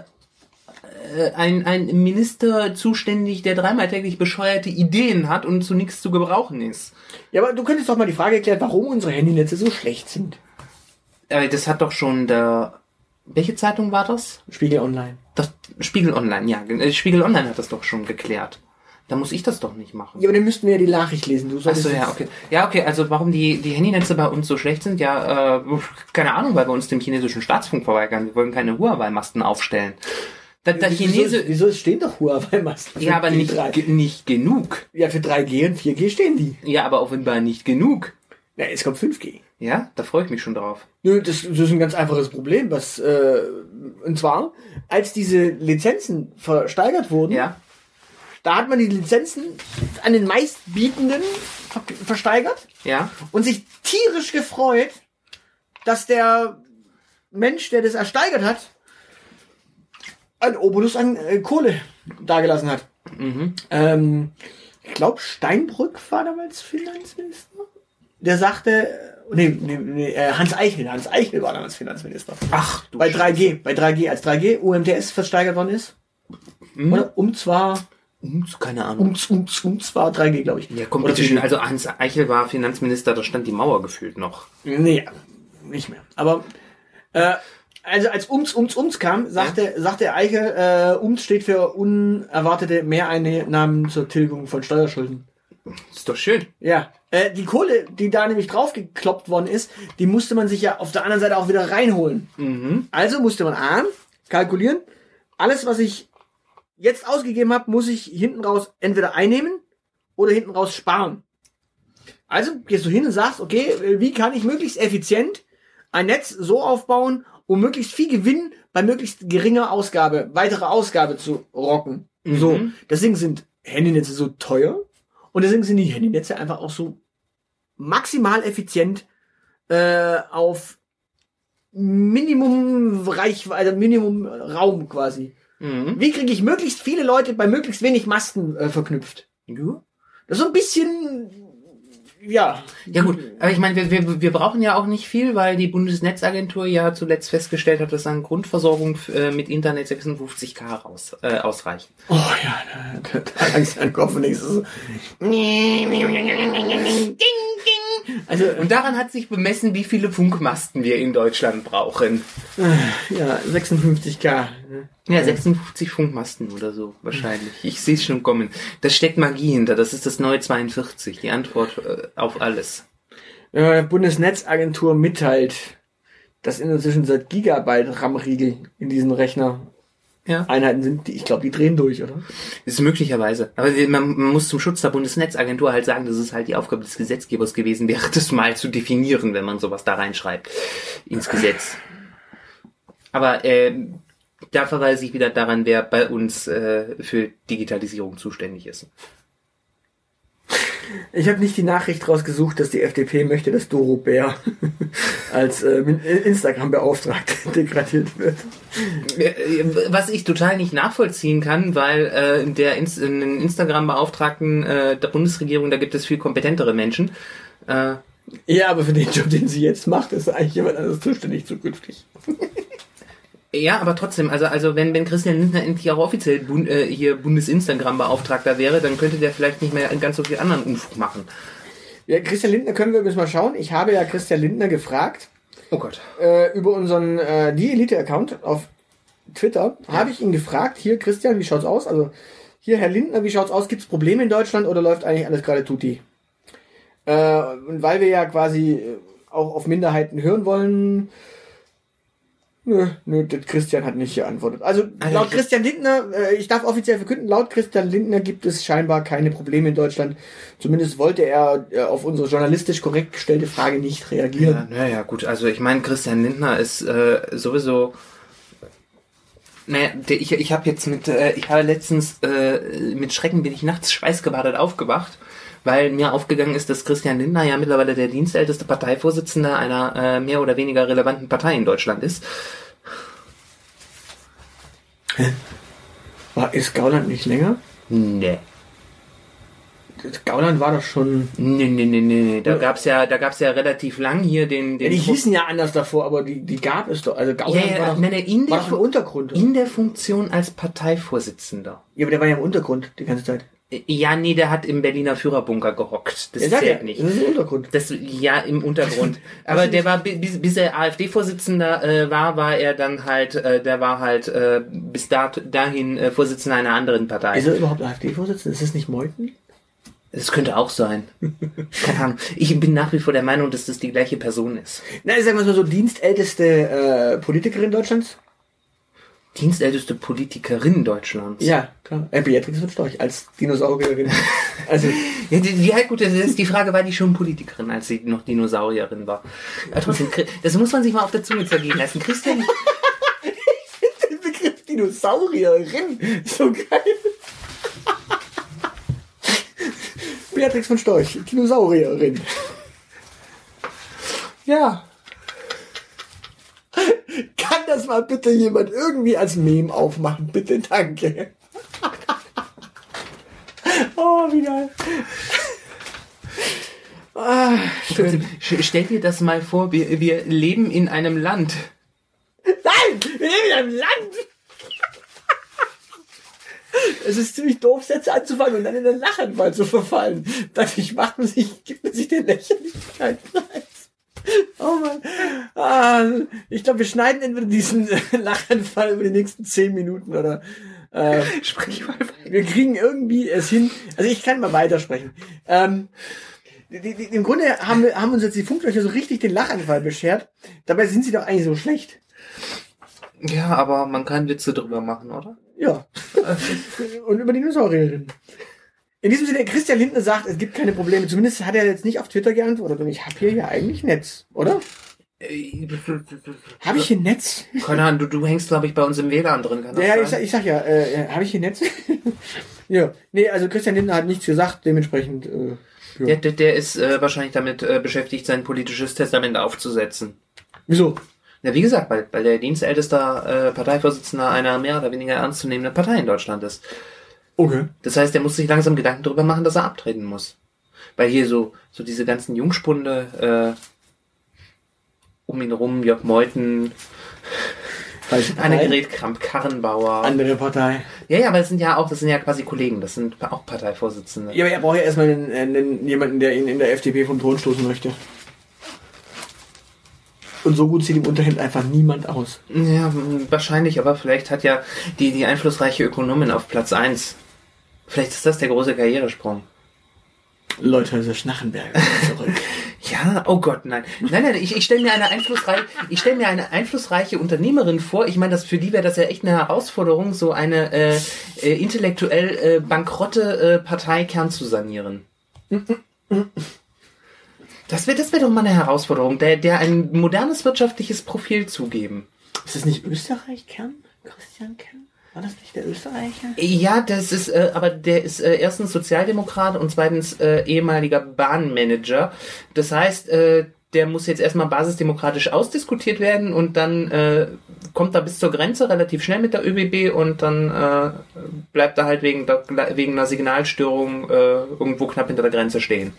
[SPEAKER 3] ein, ein Minister zuständig, der dreimal täglich bescheuerte Ideen hat und zu nichts zu gebrauchen ist.
[SPEAKER 2] ja, aber du könntest doch mal die Frage erklären, warum unsere Handynetze so schlecht sind.
[SPEAKER 3] Äh, das hat doch schon der... Welche Zeitung war das?
[SPEAKER 2] Spiegel Online.
[SPEAKER 3] das? Spiegel Online, ja. äh, Spiegel Online hat das doch schon geklärt. Da muss ich das doch nicht machen.
[SPEAKER 2] Ja, aber dann müssten wir ja die Nachricht lesen. Du
[SPEAKER 3] Ach so, ja, okay. Ja, okay, also warum die, die Handynetze bei uns so schlecht sind, ja, äh, keine Ahnung, weil wir uns dem chinesischen Staatsfunk verweigern. Wir wollen keine Huawei-Masten aufstellen. Da, da
[SPEAKER 2] Chinese,
[SPEAKER 3] Chinese,
[SPEAKER 2] wieso es stehen doch Huawei-Masten?
[SPEAKER 3] ja,
[SPEAKER 2] für
[SPEAKER 3] aber
[SPEAKER 2] die
[SPEAKER 3] nicht,
[SPEAKER 2] drei.
[SPEAKER 3] ge- nicht genug.
[SPEAKER 2] Ja, für 3G und 4G stehen die.
[SPEAKER 3] Ja, aber offenbar nicht genug.
[SPEAKER 2] Ja, es kommt 5G.
[SPEAKER 3] Ja, da freue ich mich schon drauf.
[SPEAKER 2] Nö, das, das ist ein ganz einfaches Problem, was äh, und zwar, als diese Lizenzen versteigert wurden,
[SPEAKER 3] Ja,
[SPEAKER 2] da hat man die Lizenzen an den meistbietenden ver versteigert
[SPEAKER 3] ja.
[SPEAKER 2] und sich tierisch gefreut, dass der Mensch, der das ersteigert hat, ein Obolus an äh, Kohle dagelassen hat.
[SPEAKER 3] Mhm.
[SPEAKER 2] Ähm, ich glaube, Steinbrück war damals Finanzminister. Der sagte, nee, nee, nee äh, Hans Eichel, Hans Eichel war damals Finanzminister.
[SPEAKER 3] Ach, du
[SPEAKER 2] Bei 3G, bei 3G, als 3G UMTS versteigert worden ist.
[SPEAKER 3] Mhm.
[SPEAKER 2] Oder um zwar,
[SPEAKER 3] Sch- keine Ahnung.
[SPEAKER 2] um, um, um zwar 3G, glaube ich.
[SPEAKER 3] Ja, Competition.
[SPEAKER 2] Oder-
[SPEAKER 3] Also Hans Eichel war Finanzminister, da stand die Mauer gefühlt noch.
[SPEAKER 2] Nee, nicht mehr. Aber äh, also als Ums, Ums, Ums kam, sagte, sagte Eichel, äh, Ums steht für unerwartete Mehreinnahmen zur Tilgung von Steuerschulden.
[SPEAKER 3] Ist doch schön.
[SPEAKER 2] Ja. Äh, die Kohle, die da nämlich draufgekloppt worden ist, die musste man sich ja auf der anderen Seite auch wieder reinholen. Also musste man A, kalkulieren, alles, was ich jetzt ausgegeben habe, muss ich hinten raus entweder einnehmen oder hinten raus sparen. Also gehst du hin und sagst, okay, äh, wie kann ich möglichst effizient ein Netz so aufbauen, um möglichst viel Gewinn bei möglichst geringer Ausgabe, weitere Ausgabe zu rocken. So, deswegen sind Handynetze so teuer und deswegen sind die Handynetze einfach auch so maximal effizient äh, auf Minimum Reichweite, also Minimum Raum quasi.
[SPEAKER 3] Mhm.
[SPEAKER 2] Wie kriege ich möglichst viele Leute bei möglichst wenig Masten äh, verknüpft?
[SPEAKER 3] Ja.
[SPEAKER 2] Das ist so ein bisschen, ja,
[SPEAKER 3] Ja gut, aber ich meine, wir, wir, wir brauchen ja auch nicht viel, weil die Bundesnetzagentur ja zuletzt festgestellt hat, dass an Grundversorgung äh, mit Internet 56k raus, äh, ausreichen.
[SPEAKER 2] Oh ja, da- da da hat Angst an Kopf und nichts. So. Ding, ding. Also,
[SPEAKER 3] Und daran hat sich bemessen, wie viele Funkmasten wir in Deutschland brauchen.
[SPEAKER 2] ja, 56k. ne?
[SPEAKER 3] Ja, 56 Funkmasten oder so wahrscheinlich. Ich sehe es schon kommen. Da steckt Magie hinter. Das ist das neue 42, die Antwort äh, auf alles.
[SPEAKER 2] Wenn man der äh, Bundesnetzagentur mitteilt, dass inzwischen seit Gigabyte RAM-Riegel in diesen Rechner
[SPEAKER 3] Ja.
[SPEAKER 2] Einheiten sind, die, ich glaube, die drehen durch, oder?
[SPEAKER 3] Ist möglicherweise. Aber man man muss zum Schutz der Bundesnetzagentur halt sagen, das ist halt die Aufgabe des Gesetzgebers gewesen, wäre das mal zu definieren, wenn man sowas da reinschreibt ins Gesetz. Aber äh, da verweise ich wieder daran, wer bei uns äh, für Digitalisierung zuständig ist.
[SPEAKER 2] Ich habe nicht die Nachricht rausgesucht, dass die FDP möchte, dass Doro Bär als äh, Min- Instagram-Beauftragte degradiert wird.
[SPEAKER 3] Äh, Was ich total nicht nachvollziehen kann, weil äh, der Inst einen Instagram-Beauftragten äh, der Bundesregierung, da gibt es viel kompetentere Menschen. Äh,
[SPEAKER 2] Ja, aber für den Job, den sie jetzt macht, ist eigentlich jemand anderes zuständig zukünftig.
[SPEAKER 3] Ja, aber trotzdem, also, also wenn, wenn Christian Lindner endlich auch offiziell Bun äh, hier Bundes-Instagram-Beauftragter wäre, dann könnte der vielleicht nicht mehr ganz so viel anderen Unfug machen.
[SPEAKER 2] Ja, Christian Lindner können wir übrigens mal schauen. Ich habe ja Christian Lindner gefragt
[SPEAKER 3] Oh Gott.
[SPEAKER 2] äh, über unseren äh, Die Elite-Account auf Twitter. Habe ich ihn gefragt, hier Christian, wie schaut's aus? Also hier Herr Lindner, wie schaut's aus? Gibt's Probleme in Deutschland oder läuft eigentlich alles gerade tutti? Äh, und weil wir ja quasi äh, auch auf Minderheiten hören wollen. Nö, nö, das Christian hat nicht geantwortet. Also
[SPEAKER 3] Also
[SPEAKER 2] laut
[SPEAKER 3] ich-
[SPEAKER 2] Christian Lindner, äh, ich darf offiziell verkünden, laut Christian Lindner gibt es scheinbar keine Probleme in Deutschland. Zumindest wollte er äh, auf unsere journalistisch korrekt gestellte Frage nicht
[SPEAKER 3] Ja,
[SPEAKER 2] reagieren.
[SPEAKER 3] naja, gut, also ich meine, Christian Lindner ist äh, sowieso. Naja, der, ich, ich habe jetzt mit, äh, ich habe letztens äh, mit Schrecken bin ich nachts schweißgebadet aufgewacht, weil mir aufgegangen ist, dass Christian Lindner ja mittlerweile der dienstälteste Parteivorsitzende einer äh, mehr oder weniger relevanten Partei in Deutschland ist.
[SPEAKER 2] War, ist Gauland nicht länger?
[SPEAKER 3] Nee.
[SPEAKER 2] Gauland war doch schon.
[SPEAKER 3] Nee, nee, nee, nee, nee. Da gab's ja, da gab's ja relativ lang hier den,
[SPEAKER 2] Ja,
[SPEAKER 3] den
[SPEAKER 2] die
[SPEAKER 3] Druck-
[SPEAKER 2] hießen ja anders davor, aber die, die gab es doch. Also
[SPEAKER 3] ja,
[SPEAKER 2] Gauland
[SPEAKER 3] ja,
[SPEAKER 2] war, doch,
[SPEAKER 3] nee, nee, in,
[SPEAKER 2] war
[SPEAKER 3] der,
[SPEAKER 2] doch im Untergrund.
[SPEAKER 3] in der Funktion als Parteivorsitzender.
[SPEAKER 2] ja, aber der war ja im Untergrund die ganze Zeit.
[SPEAKER 3] Äh, Ja, nee, der hat im Berliner Führerbunker gehockt. Das
[SPEAKER 2] Ja, sag ja,
[SPEAKER 3] zählt nicht.
[SPEAKER 2] Das ist im Untergrund.
[SPEAKER 3] Das, ja, im Untergrund. Aber der war, bi- bis, bis er AfD-Vorsitzender äh, war, war er dann halt, äh, der war halt äh, bis dat, dahin äh, Vorsitzender einer anderen Partei.
[SPEAKER 2] Ist er überhaupt AfD-Vorsitzender? Ist das nicht Meuthen?
[SPEAKER 3] das könnte auch sein. Keine Ahnung. Ich bin nach wie vor der Meinung, dass das die gleiche Person ist.
[SPEAKER 2] Na, sagen wir mal so, dienstälteste äh, Politikerin Deutschlands?
[SPEAKER 3] Dienstälteste Politikerin Deutschlands.
[SPEAKER 2] Ja, klar. Äh, Beatrix von Storch als Dinosaurierin. also,
[SPEAKER 3] Ja, die, die, halt gut, das ist, die Frage war die schon Politikerin, als sie noch Dinosaurierin war. Aber trotzdem, Chri- das muss man sich mal auf der Zunge zergehen lassen. Christian,
[SPEAKER 2] den Begriff Dinosaurierin. So geil. Beatrix von Storch, Dinosaurierin.
[SPEAKER 3] ja.
[SPEAKER 2] Kann das mal bitte jemand irgendwie als Meme aufmachen? Bitte, danke. oh, wie geil. Ah, schön.
[SPEAKER 3] Sch- Stell dir das mal vor, wir, wir leben in einem Land.
[SPEAKER 2] Nein, wir leben in einem Land. Es ist ziemlich doof, Sätze anzufangen und dann in den Lachanfall zu verfallen. Dadurch macht man sich, gibt man sich der Lächerlichkeit preis. Oh Mann. Ah, ich glaube, wir schneiden entweder diesen Lachanfall über die nächsten zehn Minuten oder äh,
[SPEAKER 3] Sprich mal weiter.
[SPEAKER 2] wir kriegen irgendwie es hin. Also ich kann mal weitersprechen. Ähm, die, die, Im Grunde haben, wir- haben uns jetzt die Funklöcher so richtig den Lachanfall beschert. Dabei sind sie doch eigentlich so schlecht.
[SPEAKER 3] Ja, aber man kann Witze drüber machen, oder?
[SPEAKER 2] Ja. Und über Dinosaurierin. In diesem Sinne, Christian Lindner sagt, es gibt keine Probleme. Zumindest hat er jetzt nicht auf Twitter geantwortet. Und ich habe hier ja eigentlich Netz, oder?
[SPEAKER 3] Äh,
[SPEAKER 2] Habe ich hier Netz?
[SPEAKER 3] Keine Ahnung, du, du hängst, glaube ich, bei uns im WLAN drin. Kann das
[SPEAKER 2] Ja, ja ich, sag,
[SPEAKER 3] sein?
[SPEAKER 2] ich sag ja, äh, habe ich hier Netz? ja. Nee, also Christian Lindner hat nichts gesagt, dementsprechend. Äh, ja.
[SPEAKER 3] der, der, der ist äh, wahrscheinlich damit äh, beschäftigt, sein politisches Testament aufzusetzen.
[SPEAKER 2] Wieso?
[SPEAKER 3] Na, wie gesagt, weil, weil der dienstältester äh, Parteivorsitzender einer mehr oder weniger ernstzunehmenden Partei in Deutschland ist.
[SPEAKER 2] Okay.
[SPEAKER 3] Das heißt, er muss sich langsam Gedanken darüber machen, dass er abtreten muss. Weil hier so, so diese ganzen Jungspunde äh, um ihn rum, Jörg Meuthen,
[SPEAKER 2] Falsche Partei.
[SPEAKER 3] Annegret Kramp-Karrenbauer.
[SPEAKER 2] Andere Partei.
[SPEAKER 3] ja, ja, aber das sind ja auch, das sind ja quasi Kollegen, das sind auch Parteivorsitzende.
[SPEAKER 2] Ja, aber er braucht ja erstmal einen, äh, einen, jemanden, der ihn in der FDP vom Thron stoßen möchte. Und so gut sieht im Unterhemd einfach niemand aus.
[SPEAKER 3] Ja, m, wahrscheinlich, aber vielleicht hat ja die, die einflussreiche Ökonomin auf Platz eins. Vielleicht ist das der große Karrieresprung.
[SPEAKER 2] Leuthäuser also Schnachenberger zurück.
[SPEAKER 3] Ja, oh Gott, nein. Nein, nein, ich, ich stelle mir eine einflussreiche, ich stelle mir eine einflussreiche Unternehmerin vor. Ich meine, das für die wäre das ja echt eine Herausforderung, so eine äh, äh, intellektuell äh, bankrotte äh, Partei Kern zu sanieren. Das wäre das wäre doch mal eine Herausforderung, der, der ein modernes wirtschaftliches Profil zugeben.
[SPEAKER 2] ist das nicht Österreich-Kern? Christian Kern? War das nicht der Österreicher?
[SPEAKER 3] Ja, das ist, äh, aber der ist äh, erstens Sozialdemokrat und zweitens äh, ehemaliger Bahnmanager. Das heißt, äh, der muss jetzt erstmal basisdemokratisch ausdiskutiert werden und dann äh, kommt er bis zur Grenze relativ schnell mit der ÖBB und dann äh, bleibt er halt wegen, der, wegen einer Signalstörung äh, irgendwo knapp hinter der Grenze stehen.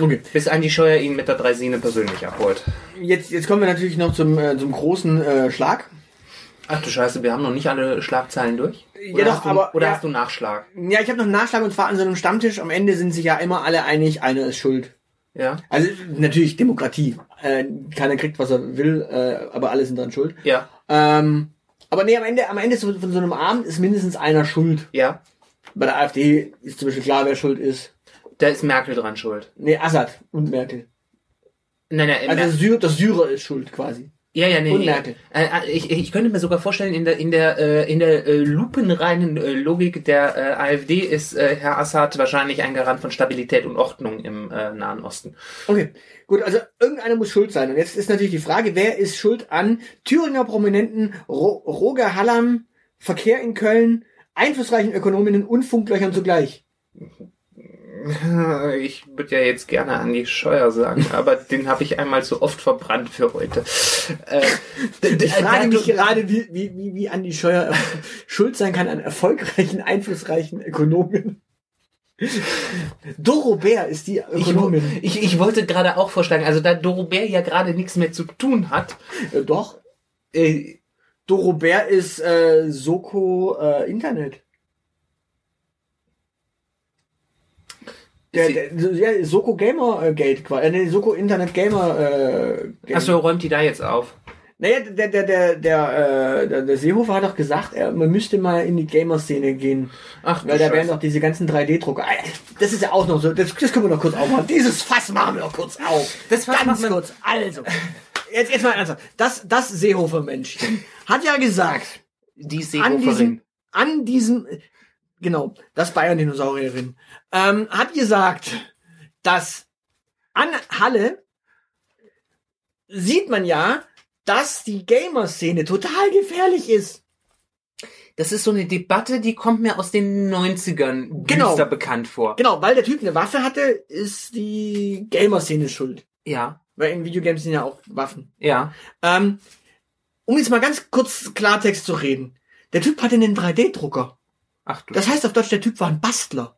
[SPEAKER 2] Okay.
[SPEAKER 3] Bis Andi Scheuer ihn mit der Dreisine persönlich abholt.
[SPEAKER 2] Jetzt, jetzt kommen wir natürlich noch zum, äh, zum großen äh, Schlag.
[SPEAKER 3] Ach du Scheiße, wir haben noch nicht alle Schlagzeilen durch. Oder
[SPEAKER 2] Ja, doch,
[SPEAKER 3] hast du,
[SPEAKER 2] aber-
[SPEAKER 3] Oder
[SPEAKER 2] ja.
[SPEAKER 3] hast du Nachschlag?
[SPEAKER 2] Ja, ich habe noch einen Nachschlag und zwar an so einem Stammtisch. Am Ende sind sich ja immer alle einig, einer ist schuld.
[SPEAKER 3] Ja.
[SPEAKER 2] Also natürlich Demokratie. Äh, keiner kriegt, was er will, äh, aber alle sind dran schuld.
[SPEAKER 3] Ja.
[SPEAKER 2] Ähm, aber nee, am Ende, am Ende so- von so einem Abend ist mindestens einer schuld.
[SPEAKER 3] Ja.
[SPEAKER 2] Bei der AfD ist zum Beispiel klar, wer schuld ist.
[SPEAKER 3] Da ist Merkel dran schuld.
[SPEAKER 2] Nee, Assad und Merkel.
[SPEAKER 3] Nein, nein,
[SPEAKER 2] Also das Syrer, das Syrer ist schuld quasi.
[SPEAKER 3] Ja, ja, nee.
[SPEAKER 2] Und
[SPEAKER 3] nee.
[SPEAKER 2] Merkel.
[SPEAKER 3] Äh, äh, ich, ich könnte mir sogar vorstellen, in der, in der, äh, in der äh, lupenreinen äh, Logik der äh, AfD ist äh, Herr Assad wahrscheinlich ein Garant von Stabilität und Ordnung im äh, Nahen Osten.
[SPEAKER 2] Okay, gut, also irgendeiner muss schuld sein. Und jetzt ist natürlich die Frage, wer ist schuld an Thüringer Prominenten, Ro Roger Hallam, Verkehr in Köln, einflussreichen Ökonominnen und Funklöchern zugleich?
[SPEAKER 3] Äh,
[SPEAKER 4] Ich würde ja jetzt gerne Andi Scheuer sagen, aber den habe ich einmal zu oft verbrannt für heute. Äh, d- d-
[SPEAKER 2] Ich frage
[SPEAKER 4] äh,
[SPEAKER 2] mich gerade, wie, wie, wie, wie Andi Scheuer äh, schuld sein kann an erfolgreichen, einflussreichen Ökonomen. Doro Bär ist die
[SPEAKER 4] ich,
[SPEAKER 2] Ökonomin.
[SPEAKER 4] ich, ich wollte gerade auch vorschlagen, also da Dorobert ja gerade nichts mehr zu tun hat,
[SPEAKER 2] äh, doch.
[SPEAKER 4] äh,
[SPEAKER 2] Doro Bär ist äh, Soko äh, Internet. Der,
[SPEAKER 4] Sie-
[SPEAKER 2] der, ja, Soko Gamer äh, Gate quasi. Äh, nee, Soko Internet Gamer äh, Gate.
[SPEAKER 4] Achso, räumt die da jetzt auf.
[SPEAKER 2] Naja, der, der, der, der, äh, der, der Seehofer hat doch gesagt, er, man müsste mal in die Gamer-Szene gehen.
[SPEAKER 4] Ach, du
[SPEAKER 2] Weil da werden
[SPEAKER 4] Scheiße.
[SPEAKER 2] doch diese ganzen 3D-Drucker. Ah, Das ist ja auch noch so. Das, das können wir noch kurz aufmachen. Dieses Fass machen wir noch kurz auf.
[SPEAKER 3] Das Fass
[SPEAKER 2] Ganz
[SPEAKER 3] machen wir-
[SPEAKER 2] kurz. Also. Jetzt, jetzt mal ernsthaft. Das, das Seehofer-Männchen hat ja gesagt,
[SPEAKER 3] Die
[SPEAKER 2] an diesem,
[SPEAKER 3] Seehoferin.
[SPEAKER 2] an diesem, genau, das Bayern-Dinosaurierin, ähm, hat gesagt, dass an Halle sieht man ja, dass die Gamer-Szene total gefährlich ist.
[SPEAKER 3] Das ist so eine Debatte, die kommt mir aus den 90ern
[SPEAKER 2] Genau.
[SPEAKER 3] düster bekannt vor.
[SPEAKER 2] Genau, weil der Typ eine Waffe hatte, ist die Gamer-Szene schuld.
[SPEAKER 3] Ja,
[SPEAKER 2] Weil in Videogames sind ja auch Waffen.
[SPEAKER 3] ja.
[SPEAKER 2] Ähm, um jetzt mal ganz kurz Klartext zu reden. Der Typ hatte einen 3D-Drucker.
[SPEAKER 3] Ach du.
[SPEAKER 2] Das heißt auf Deutsch, der Typ war ein Bastler.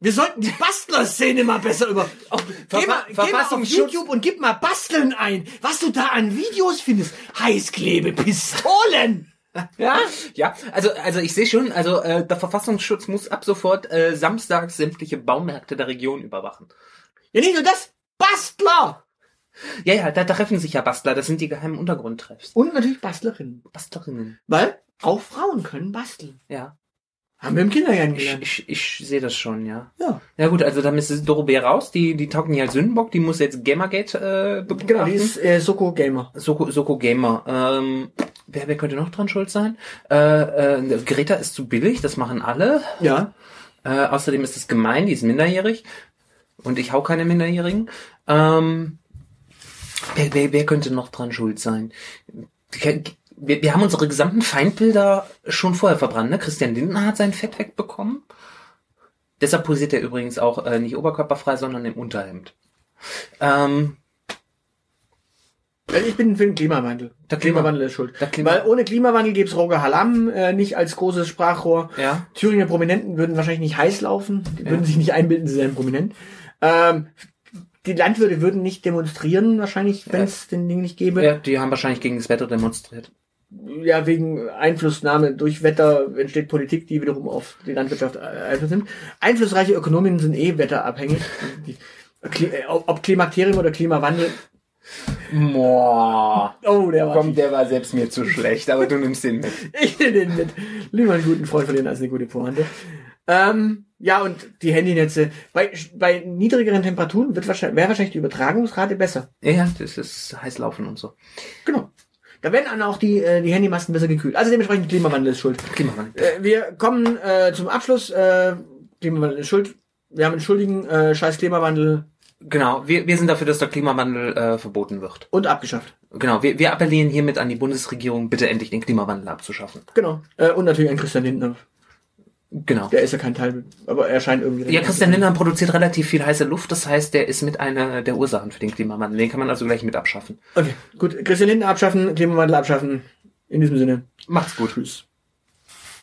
[SPEAKER 2] Wir sollten die Bastler-Szene mal besser über. Auch,
[SPEAKER 3] Verfa-
[SPEAKER 2] geh, mal, geh mal auf
[SPEAKER 3] Verfassungsschutz-
[SPEAKER 2] YouTube und gib mal Basteln ein. Was du da an Videos findest. Heißklebe, Pistolen. Ja?
[SPEAKER 3] Ja, also also ich sehe schon, also äh, der Verfassungsschutz muss ab sofort äh, samstags sämtliche Baumärkte der Region überwachen.
[SPEAKER 2] Ja, nicht nur das. Bastler!
[SPEAKER 3] Ja, ja, da treffen sich ja Bastler, das sind die geheimen Untergrundtreffs.
[SPEAKER 2] Und natürlich Bastlerinnen.
[SPEAKER 3] Bastlerinnen.
[SPEAKER 2] Weil auch Frauen können basteln.
[SPEAKER 3] Ja.
[SPEAKER 2] Haben wir im Kindergarten
[SPEAKER 3] Ich,
[SPEAKER 2] gelernt.
[SPEAKER 3] ich, ich sehe das schon, ja.
[SPEAKER 2] Ja.
[SPEAKER 3] Ja gut, also dann ist Doro B raus, die die taugt nicht als Sündenbock, die muss jetzt Gamergate äh, be-
[SPEAKER 2] Genau,
[SPEAKER 3] beachten.
[SPEAKER 2] die ist äh, Soko Gamer.
[SPEAKER 3] Soko, Soko Gamer. Ähm, wer, wer könnte noch dran schuld sein? Äh, äh, Greta ist zu billig, das machen alle.
[SPEAKER 2] Ja.
[SPEAKER 3] Äh, außerdem ist es gemein, die ist minderjährig. Und ich hau keine Minderjährigen. Ähm, wer, wer, wer könnte noch dran schuld sein? Wir, wir haben unsere gesamten Feindbilder schon vorher verbrannt. Ne? Christian Lindner hat sein Fett wegbekommen. Deshalb posiert er übrigens auch äh, nicht oberkörperfrei, sondern im Unterhemd. Ähm,
[SPEAKER 2] Also ich bin für den Klimawandel.
[SPEAKER 3] Der Klima-
[SPEAKER 2] Klimawandel ist schuld.
[SPEAKER 3] der Klima-
[SPEAKER 2] Weil ohne Klimawandel gäbe es Roger Halam äh, nicht als großes Sprachrohr.
[SPEAKER 3] ja.
[SPEAKER 2] Thüringer Prominenten würden wahrscheinlich nicht heiß laufen, die würden sich nicht einbilden, sie seien prominent. Ähm, die Landwirte würden nicht demonstrieren, wahrscheinlich, wenn es den Ding nicht gäbe.
[SPEAKER 3] ja,
[SPEAKER 2] Ja.
[SPEAKER 3] die haben wahrscheinlich gegen das Wetter demonstriert.
[SPEAKER 2] wegen Einflussnahme durch Wetter entsteht Politik, die wiederum auf die Landwirtschaft äh, Einfluss nimmt. Einflussreiche Ökonomen sind eh wetterabhängig. Die, Kli- äh, ob Klimakterium oder Klimawandel.
[SPEAKER 3] Boah.
[SPEAKER 2] Oh, der war
[SPEAKER 3] Komm, der war selbst mir zu schlecht, aber du nimmst den mit.
[SPEAKER 2] Ich nehme den mit. Lieber einen guten Freund verlieren als eine gute Pointe. Ähm, ja, und die Handynetze. Bei, bei niedrigeren Temperaturen wird wahrscheinlich, wäre wahrscheinlich die Übertragungsrate besser.
[SPEAKER 3] Ja, das ist heiß laufen und so.
[SPEAKER 2] Genau. Da werden dann auch die, äh, die Handymasten besser gekühlt. Also dementsprechend Klimawandel ist schuld.
[SPEAKER 3] Klimawandel.
[SPEAKER 2] Äh, wir kommen äh, zum Abschluss. Äh, Klimawandel ist schuld. Wir haben einen schuldigen äh, scheiß Klimawandel
[SPEAKER 3] Genau, wir, wir sind dafür, dass der Klimawandel äh, verboten wird.
[SPEAKER 2] und abgeschafft.
[SPEAKER 3] Genau, wir, wir appellieren hiermit an die Bundesregierung, bitte endlich den Klimawandel abzuschaffen.
[SPEAKER 2] Genau. Äh, und natürlich an Christian Lindner.
[SPEAKER 3] Genau.
[SPEAKER 2] Der ist ja kein Teil, aber er scheint irgendwie...
[SPEAKER 3] Ja, Christian Lindner produziert relativ viel heiße Luft, das heißt, der ist mit einer der Ursachen für den Klimawandel. Den kann man also gleich mit abschaffen.
[SPEAKER 2] Okay, gut. Christian Lindner abschaffen, Klimawandel abschaffen. In diesem Sinne.
[SPEAKER 3] Macht's gut.
[SPEAKER 2] Tschüss.